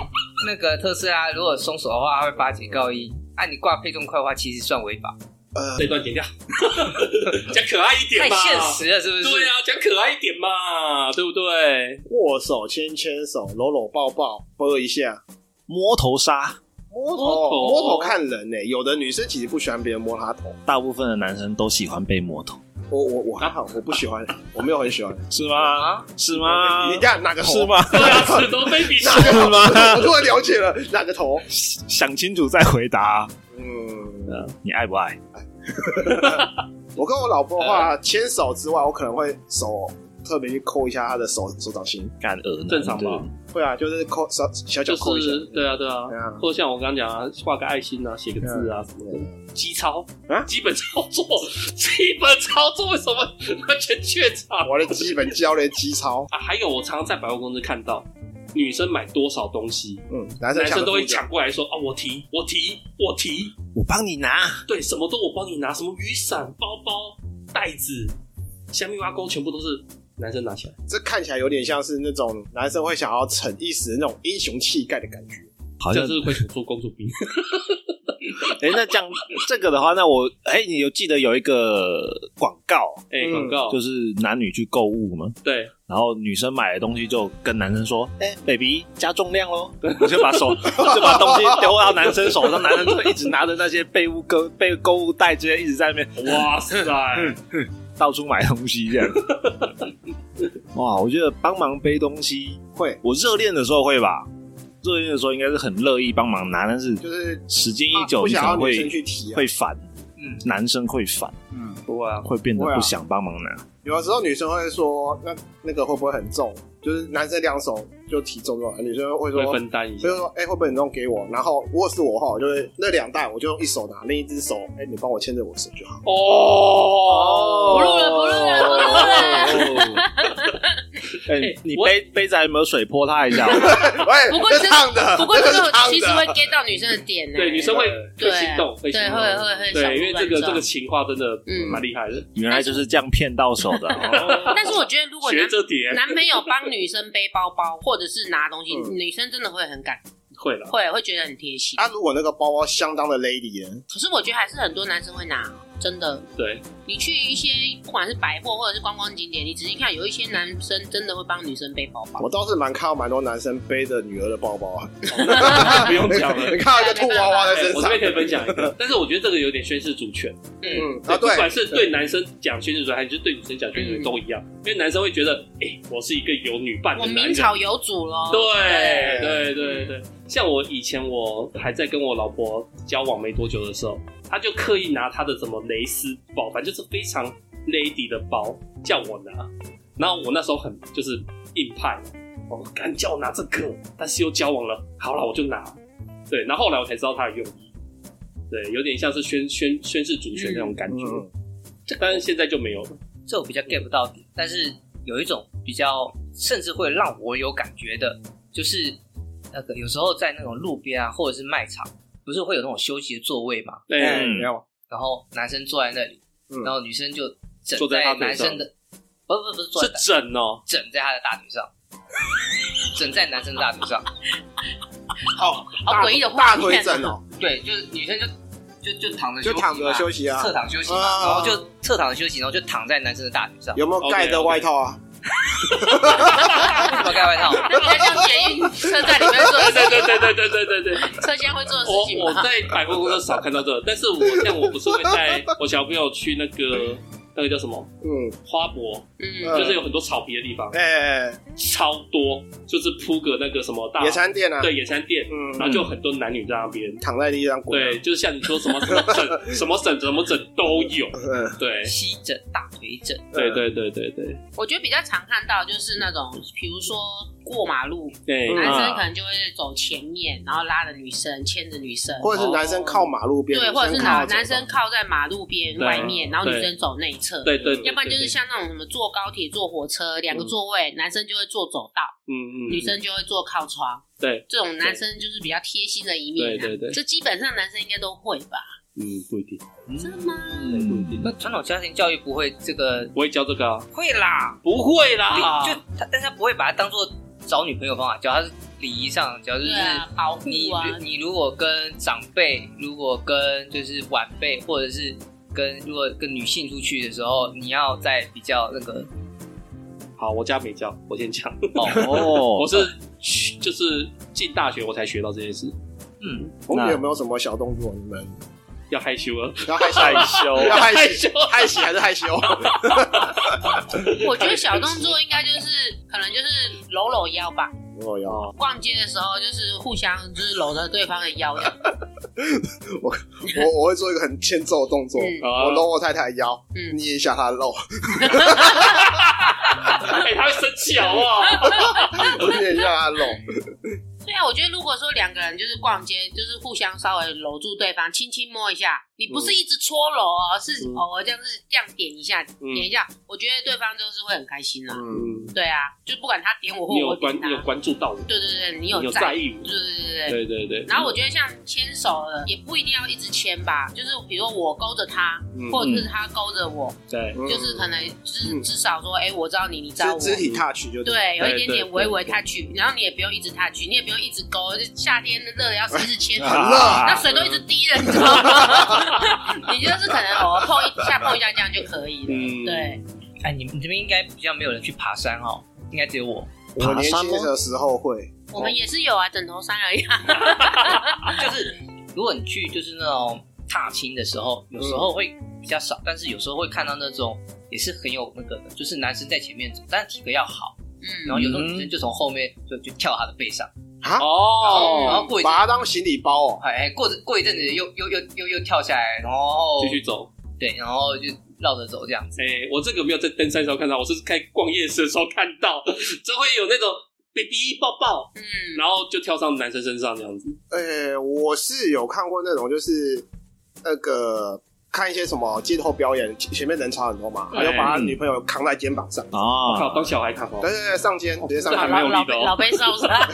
S4: 那个特斯拉如果松手的话，它会罚警告一。按、你挂配重快的话，其实算违法，
S2: 呃，
S3: 这段剪掉， 讲可爱一点
S4: 太
S3: 嘛，
S4: 现实了，是不是？
S3: 对啊，讲可爱一点嘛，对不对？
S2: 握手、牵牵手、搂搂抱抱，啵一下。
S5: 摸头杀，
S2: 摸头
S3: 摸头
S2: 摸头看人呢、有的女生其实不喜欢别人摸她头，
S5: 大部分的男生都喜欢被摸头，
S2: 我我我还好，我不喜欢，我没有很喜欢。
S5: 是吗？
S4: 啊，
S5: 是吗
S2: 你？看哪个头
S5: 是？吗？
S3: 对啊，尺都被比
S2: 哪个
S5: 是
S2: 头？
S5: 吗
S2: 我突然了解了，哪个头？
S5: 想清楚再回答，啊
S2: 嗯，
S5: 你爱不爱？
S2: 我跟我老婆的话，牵手之外，我可能会手特别去抠一下她的手手掌心，
S5: 干鹅
S3: 正常吧？
S2: 会啊，就是抠小小脚
S3: 就
S2: 抠一下。
S3: 是对啊对啊
S2: 对啊，
S3: 或者像我刚刚讲啊，画个爱心啊，写个字啊什么的，基操
S2: 啊
S3: 基本操作， 基本操作为什么完全怯场？
S2: 我的基本教练基操，
S3: 啊，还有我常常在百货公司看到女生买多少东西，
S2: 嗯，男生
S3: 男
S2: 抢
S3: 生
S2: 着
S3: 都会
S2: 付
S3: 抢过来说啊，我提，我提，我提，
S5: 我帮你拿，
S3: 对，什么都我帮你拿，什么雨伞、包包、袋子、虾米挖钩，全部都是男生拿起来。
S2: 这看起来有点像是那种男生会想要逞一时那种英雄气概的感觉。
S5: 好
S3: 这样
S5: 像
S3: 就是会做公主 病，
S5: 哎、那这样这个的话，那我哎、你有记得有一个广告，
S3: 哎，
S2: 嗯
S3: 广告
S5: 就是男女去购物吗？
S3: 对，
S5: 然后女生买的东西就跟男生说：“哎、b a b y 加重量喽！” 我就把手我就把东西丢到男生手上，男生就一直拿着那些被物购被购物袋，直接一直在那边
S3: 哇 塞，
S5: 嗯到处买东西这样。 哇，我觉得帮忙背东西，
S2: 会
S5: 我热恋的时候会吧，热恋的时候应该是很乐意帮忙拿，但是
S2: 就是
S5: 时间
S2: 啊
S5: 一久，
S2: 不
S5: 你可
S2: 想要
S5: 能
S2: 女生
S5: 会
S2: 去提、啊，
S5: 会烦，
S4: 嗯
S5: 男生会烦，
S2: 嗯，
S3: 不会啊，
S5: 会变得
S2: 会啊
S5: 不想帮忙拿。
S2: 有的时候女生会说，那那个会不会很重？就是男生两手就提重重，女生会说，
S3: 会分担一下
S2: 就。是说，哎、会不会你弄给我？然后如果是我哈，我就是那两袋我就用一手拿，另一只手，哎、你帮我牵着我手 就好。
S3: 哦，
S1: 不录了不录了不录
S3: 了。
S5: 哎、
S3: 哎
S5: 你
S3: 我
S5: 杯杯子还有没有水泼他一下？
S2: 喂，
S1: 不过
S2: 这
S1: 这
S2: 烫 的，
S1: 啊
S2: 啊
S1: 不过
S2: 这
S1: 这
S2: 是
S1: 个
S2: 烫
S1: 其实会
S2: 的。
S1: get 到女生的点呢、
S3: 对，女生会会
S1: 对
S3: 心动，会心
S1: 对
S3: 动，
S1: 会会会想
S3: 对，因为这
S1: 不
S3: 个这
S1: 敢
S3: 个
S1: 撞
S3: 情话真的
S1: 嗯
S3: 蛮厉害的。
S5: 原来就是这样骗到手的。哦
S1: 但是我觉得如果
S3: 学
S1: 男
S3: 着 点，
S1: 男朋友帮女生背包包或者是拿东西，
S2: 嗯
S1: 女生真的会很感
S3: 会了。
S1: 会会觉得很贴心。
S2: 啊，如果那个包包相当的 lady 呢？
S1: 可是我觉得还是很多男生会拿，真的。
S3: 对，
S1: 你去一些不管是百货或者是观光景点，你仔细看，有一些男生真的会帮女生背包包。
S2: 我倒是蛮看到蛮多男生背着女儿的包包啊，
S3: 不用讲了
S2: 你看到一个兔娃娃在
S3: 啊哎
S2: 身
S3: 我
S2: 上
S3: 这，边可以分享一个，但是我觉得这个有点宣示主权。
S1: 嗯，
S2: 嗯啊，
S3: 不
S2: 对，
S3: 管是对男生讲宣誓主权，还是对女生讲宣誓主权都一样，因为男生会觉得，哎，我是一个有女伴的
S1: 我
S3: 男
S1: 明
S3: 人。
S1: 朝有主
S2: 哦
S1: 喽。
S3: 对啊对对对，像我以前我还在跟我老婆交往没多久的时候，她就刻意拿她的什么蕾丝包，反正就是非常 lady 的包叫我拿，然后我那时候很就是硬派，我敢叫我拿这个，但是又交往了，好了我就拿，对，然后后来我才知道她的用意，对，有点像是宣宣宣誓主权那种感觉，
S2: 嗯
S3: 但是现在就没有了，
S4: 这我比较 get 不到点，但是有一种比较，甚至会让我有感觉的，就是那个有时候在那种路边啊，或者是卖场，不是会有那种休息的座位嘛？
S3: 对，
S2: 哎
S5: 嗯
S2: 没有，
S4: 然后男生坐在那里，
S2: 嗯
S4: 然后女生就枕
S3: 坐在
S4: 在
S3: 他腿
S4: 男
S3: 上
S4: 生的，不不不是坐在
S3: 是整哦、
S4: 枕在他的大腿上， 枕在男生的大腿上，
S2: 好，
S1: 好
S2: 大
S1: 哦诡异的
S2: 大
S1: 画面
S2: 腿枕哦，
S4: 对，就是女生就就就躺着
S2: 就躺着休
S4: 息
S2: 息
S4: 嘛，
S2: 啊
S4: 侧，躺休息嘛，
S2: 啊
S4: 然后就侧躺休息，然后就躺在男生的大腿上，
S2: 有没有盖着
S3: OK，OK
S2: 外套啊？
S4: 为什么盖外套？
S1: 那比较像捷运车站里面做
S3: 对
S1: 的
S3: 对对对对对对对。
S1: 车厢会做的事情
S3: 我我
S1: 吗？
S3: 在百货公司少看到这个，但是我像我不是会 带我小朋友去那个那个叫什么
S2: 嗯，
S3: 花博，
S1: 嗯，
S2: 嗯
S3: 就是有很多草皮的地方，
S2: 哎、
S3: 超多，就是铺个那个什么大
S2: 野餐店啊，
S3: 对野餐垫，
S2: 嗯，
S3: 然后就很多男女在那边。
S2: 躺在地上滚、啊，
S3: 对，就是像你说什么什么枕、什么枕、什么枕都有。
S2: 嗯，
S3: 对，
S4: 吸枕大腿一阵。
S3: 对对对对对
S1: 我觉得比较常看到就是那种，比如说过马路，
S3: 对，
S2: 嗯
S1: 男
S3: 啊
S1: 生可能就会走前面，然后拉着女生，牵着女生，
S2: 或者是男生靠马路边，
S1: 对，或者是
S2: 靠
S1: 男男生靠在马路边
S3: 对
S1: 外面，然后女
S3: 对
S1: 生走内侧。
S3: 对对，对
S1: 要不然就是像那种什么坐高铁、坐火车，两个座位，男生就会坐走道，
S3: 嗯嗯，嗯
S1: 女生就会坐靠窗。
S3: 对，
S1: 这种男生就是比较贴心的一面、啊。
S3: 对对对
S1: 这基本上男生应该都会吧？
S3: 嗯不一定，
S1: 真的吗？
S5: 嗯
S4: 那传统家庭教育不会这个
S3: 不会教这个啊，
S4: 会啦，
S3: 不会
S1: 啊
S3: 啦，
S4: 就他，但是他不会把它当做找女朋友方法教，他是礼仪上教，就是
S1: 对啊，保护
S4: 你、
S1: 啊，
S4: 你如果跟长辈，如果跟就是晚辈，或者是跟如果跟女性出去的时候，你要在比较那个
S3: 好，我家没教，我先讲，
S5: 哦
S3: 我是去就是进大学我才学到这件事，
S4: 嗯，
S2: 我们有没有什么小动作？你们
S3: 要害羞 了，
S2: 要害羞，
S5: 羞
S2: 要害羞，
S3: 羞，
S2: 害喜还是害羞？
S1: 我觉得小动作应该就是可能就是搂搂腰吧。
S2: 我要，
S1: 逛街的时候就是互相就是搂着对方的腰这样，
S2: 我我会做一个很欠揍的动作，
S1: 嗯
S3: 啊
S2: 我搂我太太的腰，
S1: 嗯
S2: 捏一下她 的肉，
S3: 哎，他会生气好不好？
S2: 我捏一下她 的肉，
S1: 对啊，我觉得如果说两个人就是逛街，就是互相稍微搂住对方，轻轻摸一下，你不是一直搓揉哦，是
S3: 嗯
S1: 偶尔这样子这样点一下，
S3: 嗯
S1: 点一下，我觉得对方就是会很开心啦。
S2: 嗯，
S3: 嗯，
S1: 对啊，就不管他点我或
S3: 你有
S1: 我
S3: 关
S1: 点他
S3: 你，有关注到我，
S1: 对对对，你
S3: 你有
S1: 在
S3: 在，意
S1: 对
S3: 我，
S1: 对对对对。
S3: 对对对，
S1: 然后我觉得像牵手了，也不一定要一直牵吧，就是比如说我勾着他，
S3: 嗯
S1: 或者是他勾着我，
S3: 对
S1: 就是可
S2: 嗯
S1: 能至
S2: 嗯
S1: 至少说，哎，我知道你，你知道我，
S2: 肢肢体 touch 就
S1: 对，有一点
S3: 对对
S1: 点微微 touch，然后你也不用一直 touch，你也不用一直勾，就夏天热的要死是 牵手，
S2: 很热啊
S1: 那水都一直滴了，你知道 吗？你就是可能偶尔碰一下碰一下这样就可以了。
S3: 嗯
S1: 对，
S4: 哎，你们这边应该比较没有人去爬山哦，应该只有 我，
S2: 我年轻的时候会，
S1: 我们也是有啊，枕头山而已啊。
S4: 就是如果你去就是那种踏青的时候，有时候会比较少，但是有时候会看到那种也是很有那个的，就是男生在前面走，但是体格要好，然
S1: 嗯，
S4: 后有时候女生就从后面就就跳他的背上，
S1: 啊
S3: 哦，
S4: 然后过一阵
S2: 嗯把，它当行李包哦，
S4: 哎，过着过一阵子又又又又又跳下来，然后
S3: 继续走。
S4: 对，然后就绕着走这样子。
S3: 哎、我这个没有在登山的时候看到，我是在逛夜市的时候看到，就会有那种 baby 抱抱，
S1: 嗯，
S3: 然后就跳上男生身上这样子。
S2: 呃，我是有看过那种，就是那个看一些什么街头表演，前前面人潮很多嘛，他
S1: 嗯
S3: 对
S2: 就把他女朋友扛在肩膀上，
S3: 靠，
S5: 啊，
S3: 当小孩看哦
S2: 对。对对，上肩直接上
S3: 还
S2: 肩，
S3: 蛮有
S1: 老
S3: 力的
S1: 老
S3: 哦
S1: 贝老贝受 伤，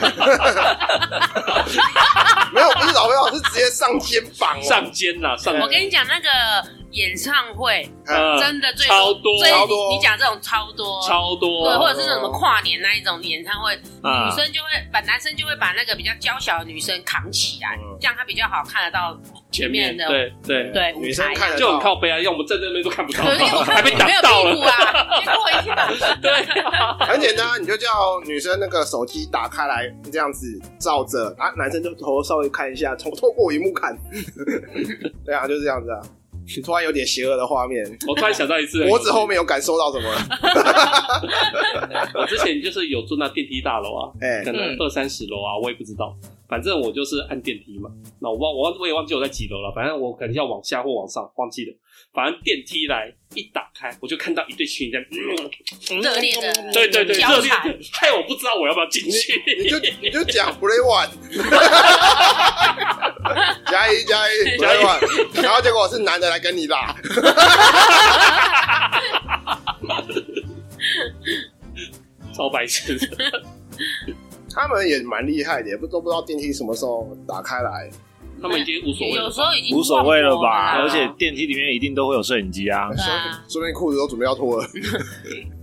S2: 没有不是老朋友，是直接上肩膀哦，
S3: 上肩啦，上
S2: 对
S1: 我跟你讲那个演唱会
S2: 呃
S1: 真的最
S3: 嗯超多
S1: 最
S2: 超多
S1: 你你讲这种超多
S3: 超
S1: 对，
S3: 多，
S1: 或者是什么跨年那一种演唱会，
S5: 啊
S1: 女生就会把男生就会把那个比较娇小的女生扛起来
S2: 嗯，
S1: 这样她比较好看得到
S3: 前
S1: 面的
S3: 对对，
S1: 对舞
S2: 女生
S1: 台
S2: 看
S1: 啊。
S2: 得
S3: 就很
S2: 到，
S3: 靠背啊，要我们站在那边都看不到，
S1: 可 是因为我
S3: 还
S1: 看
S3: 被
S1: 你没
S3: 打
S1: 有
S3: 到
S1: 屁股
S3: 了。
S1: 啊，给我一下。
S2: 很简 单，你就叫女生那个手机打开来这样子照着啊，男生就头稍微看一下，从透过荧幕看， 对啊，就是这样子啊。突然有点邪恶的画面，
S3: 我突然想到一次，
S2: 脖子 后面有感受到什么 了？
S3: 我之前就是有住那电梯大楼啊，
S2: 哎
S3: 可能
S4: 嗯
S3: 二三十楼啊，我也不知道。反正我就是按电梯嘛，那我忘我忘我也忘记我在几楼了，反正我可能要往下或往上，忘记了。反正电梯来一打开，我就看到一对情侣在，嗯
S1: 热烈的
S3: 对对对，
S1: 交
S3: 热烈
S1: 缠
S3: 的，害我不知道我要不要进
S2: 你
S3: 去。
S2: 就你就讲 play one，加一加一 play one，然后结果是男的来跟你打，
S3: 超白痴的，
S2: 他们也蛮厉害的，也不都不知道电梯什么时候打开来。
S3: 他们已经无所谓
S1: 有
S3: 了
S1: 时。候已经
S5: 无所谓了吧？
S1: 忘我
S5: 而
S1: 了啊
S5: 且电梯里面一定都会有摄影机啊。
S1: 对啊
S2: 说明裤子都准备要脱了，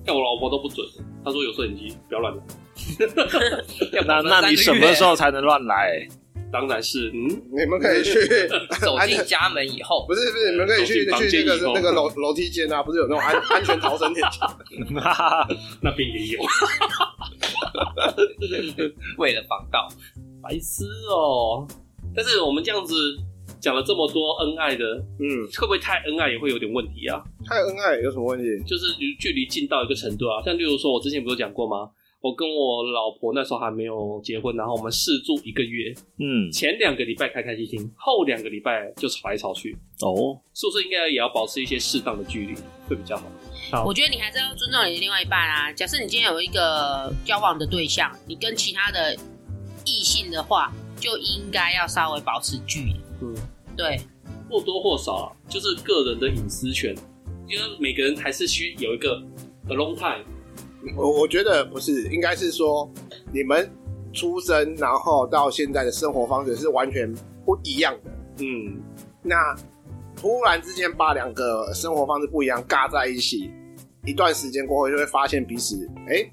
S3: 但我老婆都不准，她说有摄影机，不要乱来。
S5: 那那你什么时候才能乱来？
S3: 当然是，嗯，
S2: 你们可以去，
S4: 走进家门以后
S2: 不是不是，你们可以去
S3: 走进
S2: 去那
S3: 房间以
S2: 个
S3: 后
S2: 那个楼楼梯间啊，不是有那种安安全逃生 铁？
S5: 哈哈哈
S3: 那边也有，
S4: 为了防盗，
S3: 白痴哦。但是我们这样子讲了这么多恩爱的，
S2: 嗯，
S3: 会不会太恩爱也会有点问题啊？
S2: 太恩爱有什么问题？
S3: 就是距离近到一个程度啊。像例如说，我之前不是讲过吗？我跟我老婆那时候还没有结婚，然后我们试住一个月，
S5: 嗯，
S3: 前两个礼拜开开心心，后两个礼拜就吵来吵去，
S5: 哦，
S3: 是不是应该也要保持一些适当的距离会比较好？好
S1: 我觉得你还是要尊重你的另外一半啊。假设你今天有一个交往的对象，你跟其他的异性的话，就应该要稍微保持距离。
S3: 嗯，
S1: 对，
S3: 或多或少啊，就是个人的隐私权，因为每个人还是需有一个 alone time。
S2: 我我觉得不是，应该是说你们出生然后到现在的生活方式是完全不一样的。
S3: 嗯，
S2: 那突然之间把两个生活方式不一样尬在一起，一段时间过后就会发现彼此，哎、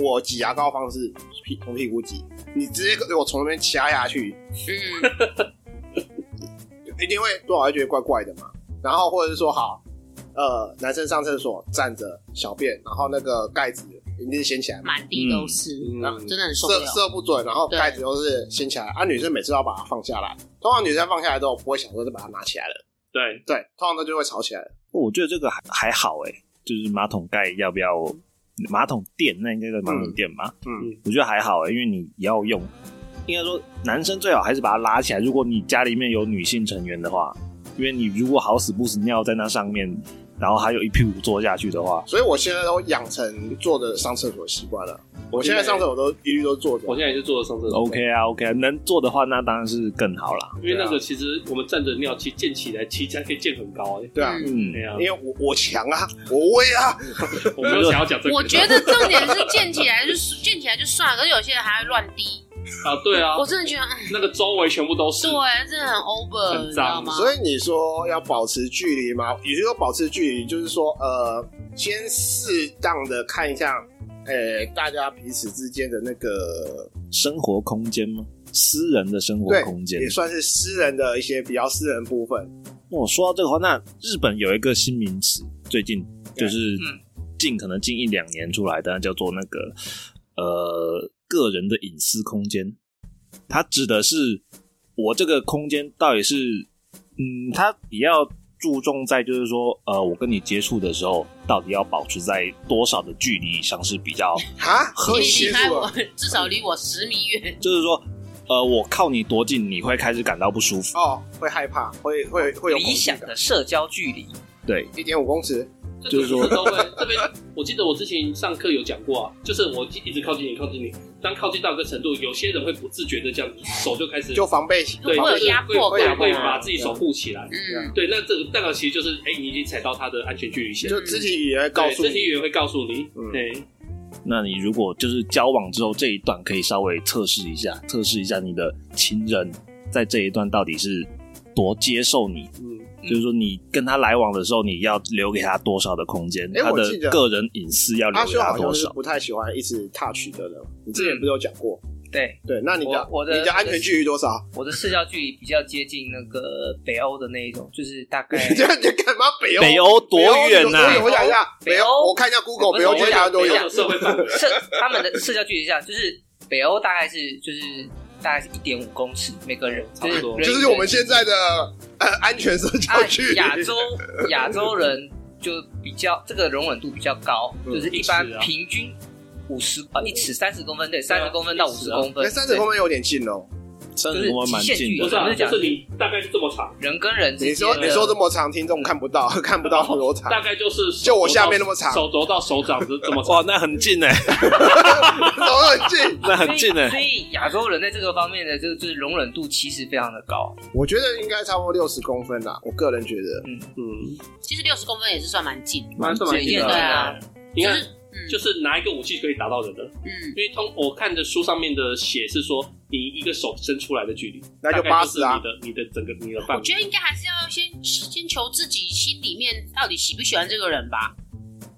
S2: 我挤牙膏方式屁从屁股挤，你直接给我从那边掐下去，
S1: 嗯，
S2: 一定会多少会觉得怪怪的嘛。然后或者是说好，呃，男生上厕所站着小便，然后那个盖子一定掀起来嘛，
S1: 满地都是，
S3: 嗯
S1: 真的很受不
S2: 射
S1: 了。
S2: 射不准，然后
S1: 对
S2: 盖子都是掀起来，啊，女生每次都要把它放下来，通常女生放下来之后不会想说就把它拿起来了，
S3: 对，
S2: 对，通常都就会吵起来了。
S5: 哦我觉得这个还还好哎、就是马桶盖要不要马桶垫？那应该叫马桶垫吧？
S2: 嗯
S5: 我觉得还好哎、因为你也要用。应该说，男生最好还是把它拉起来。如果你家里面有女性成员的话，因为你如果好死不死尿在那上面，然后还有一屁股坐下去的话，
S2: 所以我现在都养成坐着上厕所的习惯了。我现在上厕所都一律都坐着
S3: 我，现在也是做了上厕所
S5: OK 啊，OK 啊，能做的话那当然是更好啦。
S3: 因为那个其实我们站着尿，其实溅起来，其实还可以溅很高、欸。
S2: 对啊，
S1: 嗯
S5: 嗯
S3: 对，啊
S2: 因，为我我强啊，我威啊，
S3: 我没有想要讲这个。
S1: 我觉得重点是建起来就是建起来就算了，可是有些人还会乱滴，
S3: 啊，对啊，
S1: 我真的觉得，嗯，
S3: 那个周围全部都是。
S1: 对，啊真的很 over，
S3: 很
S1: 你知道
S3: 脏
S1: 吗？
S2: 所以你说要保持距离吗？也就是说保持距离，就是说呃，先适当的看一下，呃，大家彼此之间的那个
S5: 生活空间吗？私人的生活
S2: 对
S5: 空，间
S2: 也。算是私人的一些比较私人部分。
S5: 那我哦说到这个话，那日本有一个新名词，最近
S2: 对
S5: 就是
S4: 嗯
S5: 近可能近一两年出来的，叫做那个呃个人的隐私空间。它指的是我这个空间到底是嗯，它比较注重在就是说呃，我跟你接触的时候，到底要保持在多少的距离以上是比较
S2: 哈，
S5: 合
S2: 你
S1: 你
S5: 理
S2: 接
S1: 离
S2: 触
S1: 开
S2: 了
S1: 我， 至少离我十米远。
S5: 就是说，呃，我靠你多近，你会开始感到不舒服。
S2: 哦，会害怕，会会会有恐
S4: 理
S2: 惧
S4: 想
S2: 感
S4: 的社交距离，
S5: 对，
S2: 一点五公尺，
S3: 这就是说都会这边，我记得我之前上课有讲过啊，就是我一直靠近你，靠近你，当靠近到一个程度，有些人会不自觉的这样子，手就开始
S2: 就防备啊心，
S3: 对，
S1: 会有
S3: 就是
S1: 压迫
S3: 会
S1: 感啊
S3: 会把自己手护起来。
S1: 嗯，
S3: 对，啊那这个那个其实就是，哎、你已经踩到他的安全距离线，
S2: 就肢体语言会告诉
S3: 对肢体
S2: 你
S3: 语言会告诉你，
S2: 嗯
S3: 对，
S5: 那你如果就是交往之后这一段，可以稍微测试一下，测试一下你的亲人在这一段到底是多接受你，
S3: 嗯，
S5: 就是说你跟他来往的时候，你要留给他多少的空间，
S2: 诶
S5: 他
S2: 我
S5: 的
S2: 记得
S5: 个人隐私要留
S2: 阿
S5: 给
S2: 修
S5: 他
S2: 好像
S5: 多
S2: 是
S5: 少。
S2: 不太喜欢一直 touch 的人，你之前不是有讲过？
S4: 对
S2: 对，那你的
S4: 我我的
S2: 你的安全距离多少？
S4: 我的社交距离比较接近那个北欧的那一种，就是大 概
S2: 你这你干嘛？北欧
S5: 北欧多远呐、
S2: 北欧我想一下，北
S4: 北
S2: 欧，
S4: 欧
S2: 我看一下 Google，
S4: 不
S2: 北
S4: 是
S2: 欧
S4: 我
S2: 距离
S4: 讲
S2: 台湾多
S4: 我
S2: 远
S4: 讲？
S3: 社会 范围，
S4: 社他们的社交距离下，就是北欧大概是就是大概是一点五公尺每个人，
S3: 差不多
S4: 就
S2: 就是是我们现在的呃安全社交
S4: 啊
S2: 距离。
S4: 亚洲亚洲人就比较这个容忍度比较高，
S2: 嗯
S4: 就是一般
S3: 一尺啊
S4: 平均五十啊一尺三十公分，对，三十公分到五十公
S2: 哎，
S4: 分，
S2: 三十公分有点近哦。
S5: 真的我蛮近
S3: 不
S5: 的
S3: 是、
S4: 我
S3: 啊，
S4: 们是讲
S3: 就是你大概是这么长，
S4: 对人跟人
S2: 你
S4: 之间
S2: 说
S4: 的，
S2: 你说这么长，听众看不到， 看不到多长。
S3: 大概就是手
S2: 就我下面那么长
S3: 手肘到手掌是这么
S5: 哇
S3: 长，，
S5: 那很 近哎、
S2: 走很近。
S5: 那很近哎、
S4: 所以亚洲人在这个方面的这个就是容忍度其实非常的高，
S2: 我觉得应该差不多六十公分啦，我个人觉得。
S3: 嗯，
S1: 其实六十公分也是算蛮近的，
S3: 蛮这么
S4: 所以
S3: 近
S4: 也
S3: 的
S1: 对啊，
S3: 你看
S1: 就。是嗯
S3: 就是拿一个武器可以打到人的，
S1: 嗯
S3: 因为通我看的书上面的写是说，你一个手伸出来的距离，
S2: 那就
S3: 大概是
S2: 80啊
S3: 你的你的整个你的
S1: 我
S3: 范围
S1: 觉。得应该还是要先先求自己心里面到底喜不喜欢这个人吧。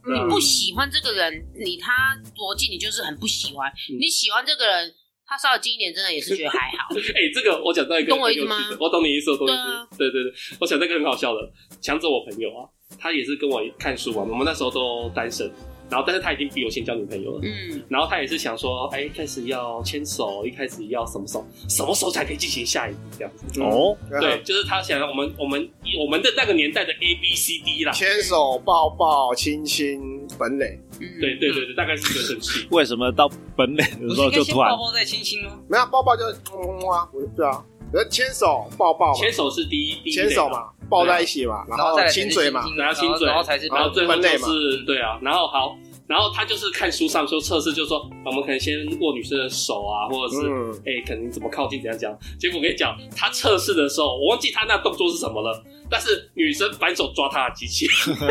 S3: 对
S1: 你
S3: 啊
S1: 不喜欢这个人，你他多近，你就是很不喜欢；
S3: 嗯
S1: 你喜欢这个人，他稍微近一点，真的也是觉得还 好。
S3: 哎、这个我讲到一个
S1: 懂我
S3: 很
S1: 意
S3: 有
S1: 思
S3: 趣
S1: 吗
S3: 的，我懂你意思，我懂你意思。
S1: 对啊
S3: 对对对，我想到一个很好笑的，强者我朋友啊，他也是跟我看书啊嘛，我们那时候都单身，然后但是他已经比我先交女朋友了。
S1: 嗯，
S3: 然后他也是想说，哎，一开始要牵手，一开始要什么手，什么时候才可以进行下一步这样子？
S5: 哦，
S2: 嗯
S3: 对，就是他想我们我们我们的那个年代的 A B C D 啦。
S2: 牵手、抱抱、亲亲，本垒
S1: 嗯
S3: 对对对对，大概是这个顺序。
S5: 为什么到本垒的
S4: 不
S5: 时
S4: 是
S5: 候
S4: 应该
S5: 就
S4: 先
S5: 突然
S4: 抱抱再亲亲吗？
S2: 没嗯有抱抱就么么啊，不是对啊，可是牵手、抱抱嘛、
S3: 牵手是第一第一类
S2: 牵手
S3: 嘛，
S2: 嘛，抱在一起嘛，然
S4: 然后再来才
S2: 亲
S4: 是
S2: 嘴嘛，
S4: 金
S3: 然后亲嘴，
S4: 然后才是
S3: 然后最后
S2: 分
S3: 就
S2: 类嘛
S3: 是对啊，然后好，然后他就是看书上说测试，就说我们可能先握女生的手啊，或者是
S2: 嗯，
S3: 哎、可能怎么靠近怎样讲。结果我跟你讲，他测试的时候，我忘记他那动作是什么了，但是女生反手抓他的机器，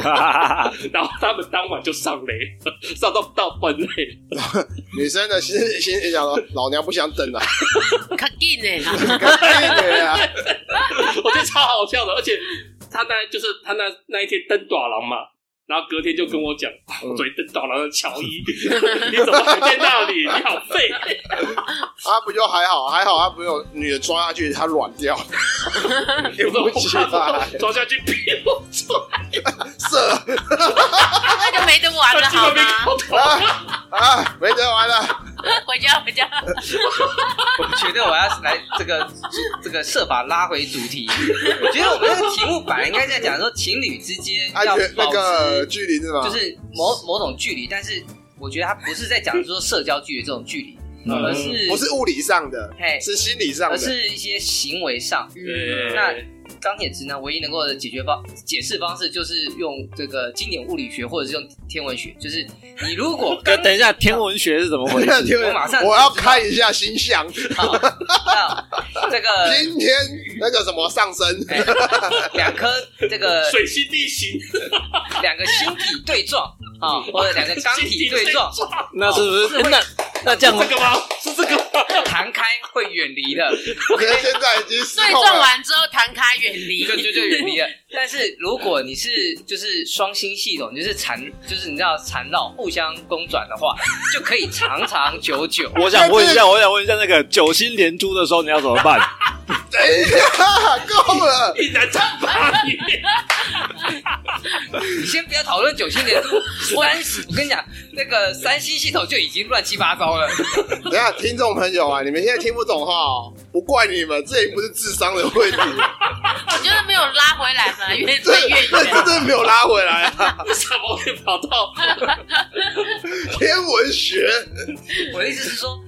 S3: 然后他们当晚就上雷，上到到分类，
S2: 女生的心心里想说，老娘不想等啊 了，
S1: 卡紧呢，
S2: 对啊，
S3: 我觉得超好笑的。而且他那就是他那那一天登短廊嘛。然后隔天就跟我讲，啊
S2: 嗯
S3: 我昨天登短廊的乔伊， 你怎么还在那里？你好废！
S2: 啊不就还好，还好他不用女的抓下去，他软掉，
S3: 我
S2: 也不
S3: 说我
S2: 起
S3: 怕
S2: 来
S3: 我，抓下去屁股出来，
S2: 射
S1: 那就没得玩了
S3: 他
S1: 好
S3: 居然没
S1: 吗？
S3: 搞头。
S2: 啊啊，没得玩了，
S1: 回家回家，
S4: 我觉得我要来这个这个设法拉回主题。我觉得我们这个题目本来应该在讲说情侣之间
S2: 安
S4: 要
S2: 全啊那
S4: 保持
S2: 个距离是吗？
S4: 就是某某种距离，但是我觉得他不是在讲说社交距离这种距离，
S5: 嗯
S4: 而是
S2: 不是物理上的，
S4: 嘿，
S2: 是心理上
S4: 而
S2: 的，
S4: 是一些行为上。
S3: 对，
S4: 那钢铁直男唯一能够的解决方解释方式，就是用这个经典物理学或者是用天文学。就是你如果刚
S5: 等一下，天文学是怎么回 事？
S2: 天
S4: 我马上呃
S2: 我要看一下星象，
S4: 好，那 这个
S2: 今天那个什么上 升，
S4: 哎两颗这个
S3: 水星逆行，
S4: 两个星体对 撞啊，或者两个钢体对撞，
S2: 哦
S5: 那是不是？那那这样
S3: 哦这个吗？是这个吗？
S4: 弹开会远 离的，
S2: 可能现在已经失
S1: 对
S2: 控
S1: 撞
S2: 了。
S1: 完之后弹开远离，
S4: 就就就远离了。 但是如果你是就是双星系统，就是缠，就是你知道缠绕互相公转的话，就可以长长久久。
S5: 我想问一下，我想问一下，那个九星连珠的时候你要怎么办？
S2: 等一下，哎够了，
S3: 一男长八女，
S4: 你先不要讨论九星连珠，三十，我跟你讲，那个三星系统就已经乱七八糟了。
S2: 等一下听众朋友啊，你们现在听不懂的话哦，不怪你们，这也不是智商的问题，
S1: 我觉得没有拉回来，反而 越
S2: 这
S1: 推越
S2: 这这
S1: 远。
S2: 真的没有拉回来啊！
S3: 为什么会跑到？
S2: 天文学，
S4: 我的意思是说，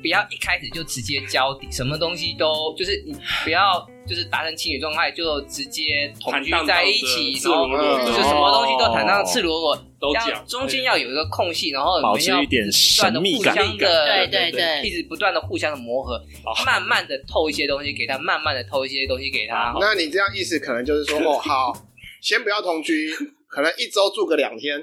S4: 不要一开始就直接交底，什么东西都就是你不要就是达成情侣状态就直接同居在一起，
S3: 是
S4: 然后
S2: 嗯
S4: 就什么东西都谈到赤裸裸，
S3: 都
S4: 要
S3: 讲，
S4: 中间要有一个空隙，然后
S5: 保
S4: 你
S5: 持
S4: 们要
S5: 一点
S4: 不断
S5: 神
S4: 的
S5: 秘
S4: 互
S5: 感。
S4: 相
S1: 对
S4: 的。
S1: 对
S4: 一
S1: 对，
S4: 直不断的互相的磨合，
S3: 哎哦
S4: 慢慢的透一些东西给他，慢慢的透一些东西给他。
S2: 那你这样意思可能就是说，哦，好，先不要同居，可能一周住个两天，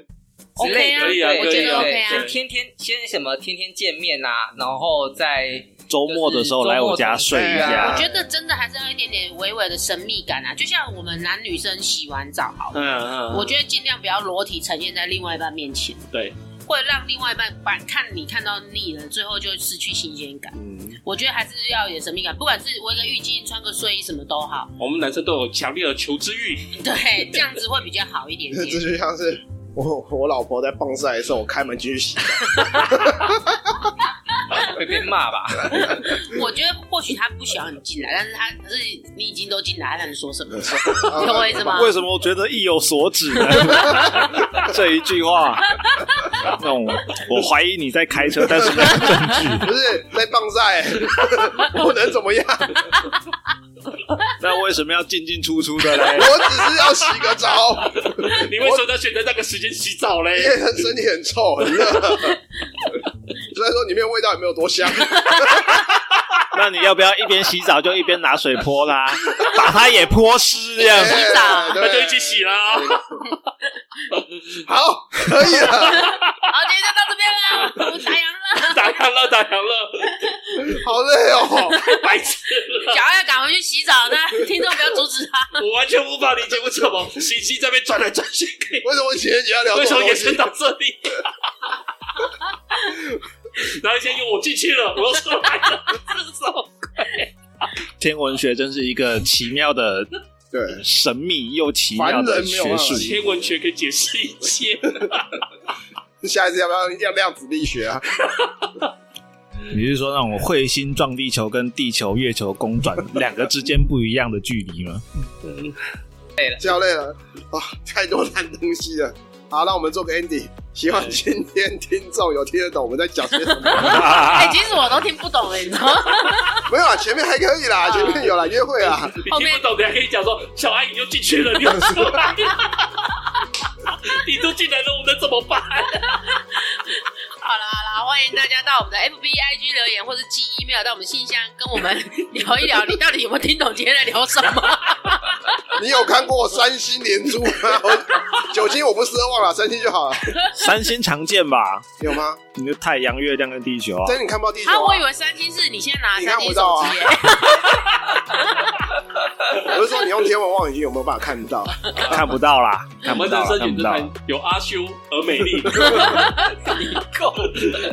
S4: 之
S1: OK
S4: 类
S1: 啊，
S3: 可以啊
S1: 我觉
S4: 对
S1: 得
S4: 对
S1: OK
S4: 对，就
S1: 啊。
S4: 天天先什么天天见面啊，然后再
S5: 周末的时候来我家睡一
S2: 对
S1: 我
S5: 下
S2: 啊，
S1: 觉得真的还哎是要一点点微微的神秘感啊，就像我们男女生洗完澡好了，
S3: 嗯嗯，
S1: 我觉得尽量不要裸体呈现在另外一半面前，
S3: 对，
S1: 会让另外一半把看你看到腻了，最后就失去新鲜感。
S5: 嗯，
S1: 我觉得还是要有神秘感，不管是围个浴巾、穿个睡衣什么都好，
S3: 我们男生都有强烈的求知欲，
S1: 对，这样子会比较好一点
S2: 这
S1: 点。
S2: 就像是我我老婆在棒晒的时候，我开门进去洗，
S4: 会被骂吧。
S1: 我觉得或许他不喜欢你进来，但是他可是你已经都进来，他能说什 么？
S2: 懂
S1: 懂我意思吗？
S5: 为什么我觉得意有所指呢？这一句话，那种我怀疑你在开车，但是没有证据，
S2: 不是在棒晒，我能怎么样？
S5: 那为什么要进进出出 的嘞？
S2: 我只是要洗个澡，
S3: 你为什么要选择那个时间洗澡嘞
S2: 因？为身体很臭，很热。虽然说里面味道也没有多香，
S5: 那你要不要一边洗澡就一边拿水泼啦，把它也泼 湿这样？
S1: 洗澡
S2: 哎对
S3: 那就一起洗啦。
S2: 好，可以了，
S1: 好，今天就到这边了，我打烊了，
S3: 打烊了，打烊了，
S2: 好累哦。
S3: 白痴！
S1: 小孩要赶回去洗澡，那听众不要阻 止他。
S3: 我完全无法理解为什么信息在被转来转去，可以
S2: 为什么情人节要聊
S3: 为
S2: 这
S3: 什
S2: 种
S3: 么延
S2: 东西
S3: 伸？到这 里？然后先由我进去了，我要出来了，这是什么？
S5: 天文学真是一个奇妙的、
S2: 对，
S5: 神秘又奇妙
S2: 凡
S5: 的
S2: 人没有
S5: 学
S2: 办法
S5: 术。
S3: 天文学可以解释一 切。
S2: 下一次要不要要量子力学啊？
S5: 你是说那种彗星撞地球跟地球、月球公转两个之间不一样的距离吗？
S2: 教累了啊，太多烂东西了。好，那我们做个 ending。希望今天听众有听得懂我们在讲些什 么。啊
S1: 哎、其实我都听不懂哎、你知道吗？
S2: 没有啦，前面还可以啦，
S1: 啊
S2: 前面有啦，约会啊啦，
S3: 你
S1: 后
S3: 听
S1: 面
S3: 不懂的还可以讲说，小阿姨你就进去了，你要出 来，你都进来了，我能怎么办？
S1: 好啦好啦，欢迎大家到我们的 FB、IG 留言，或是寄 email 到我们信箱，跟我们聊一聊，你到底有没有听懂今天在聊什 么？啊
S2: 你有看过三星连珠吗？ 我酒精我不奢望了，三星就好了，
S5: 三星常见吧？
S2: 有吗？
S5: 你的太阳、月亮跟地球啊，
S2: 但是你看不到地球
S1: 啊，我以
S2: 啊，
S1: 为三星是你现在拿
S2: 你看
S1: 三
S2: 不
S1: 星
S2: 到
S1: 手
S2: 啊
S1: 机、欸，
S2: 我是说你用天文望远镜有没有办法看到？
S5: 看不到啦，
S3: 我
S5: 看不
S3: 们
S5: 到
S3: 人
S5: 啦，
S3: 生
S5: 看
S3: 选
S5: 不
S3: 择
S5: 到。
S3: 团有阿修而美 丽，你够。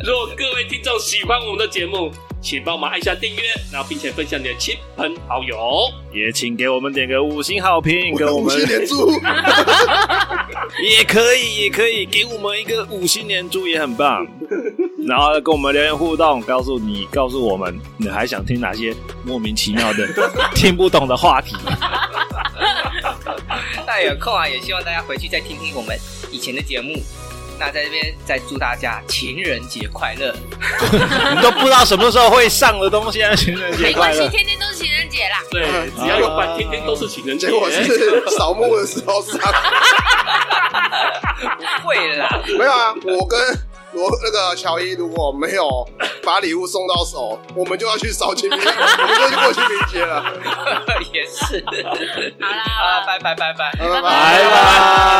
S3: 如果各位听众喜欢我们的节目，请帮我们按下订阅，然后并且分享你的亲朋好友。
S5: 也请给我们点个五星好评，给我
S2: 五
S5: 们
S2: 星连 珠，
S5: 也可以，也可以给我们一个五星连珠，也很 棒。然后跟我们留言互动，告诉你，告诉我们你还想听哪些莫名其妙的、 听不懂的话题。
S4: 那有空啊，也希望大家回去再听听我们以前的节目。那在这边再祝大家情人节快乐！
S5: 你都不知道什么时候会上的东西啊！情人节
S1: 没关
S5: 快
S1: 系，
S5: 乐！
S1: 天天都是情人节啦。
S3: 对，只要有饭，天天都是情人节
S2: 嗯结。果是扫墓的时候上。
S4: 不会啦，
S2: 没有啊，我跟罗那个乔伊如果没有把礼物送到手，我们就要去扫清明，我们就去过清明节了。
S4: 也是。
S1: 好啦，好啦
S2: 啊
S4: 啊，拜拜拜拜。
S2: 拜拜
S1: 拜
S5: 拜。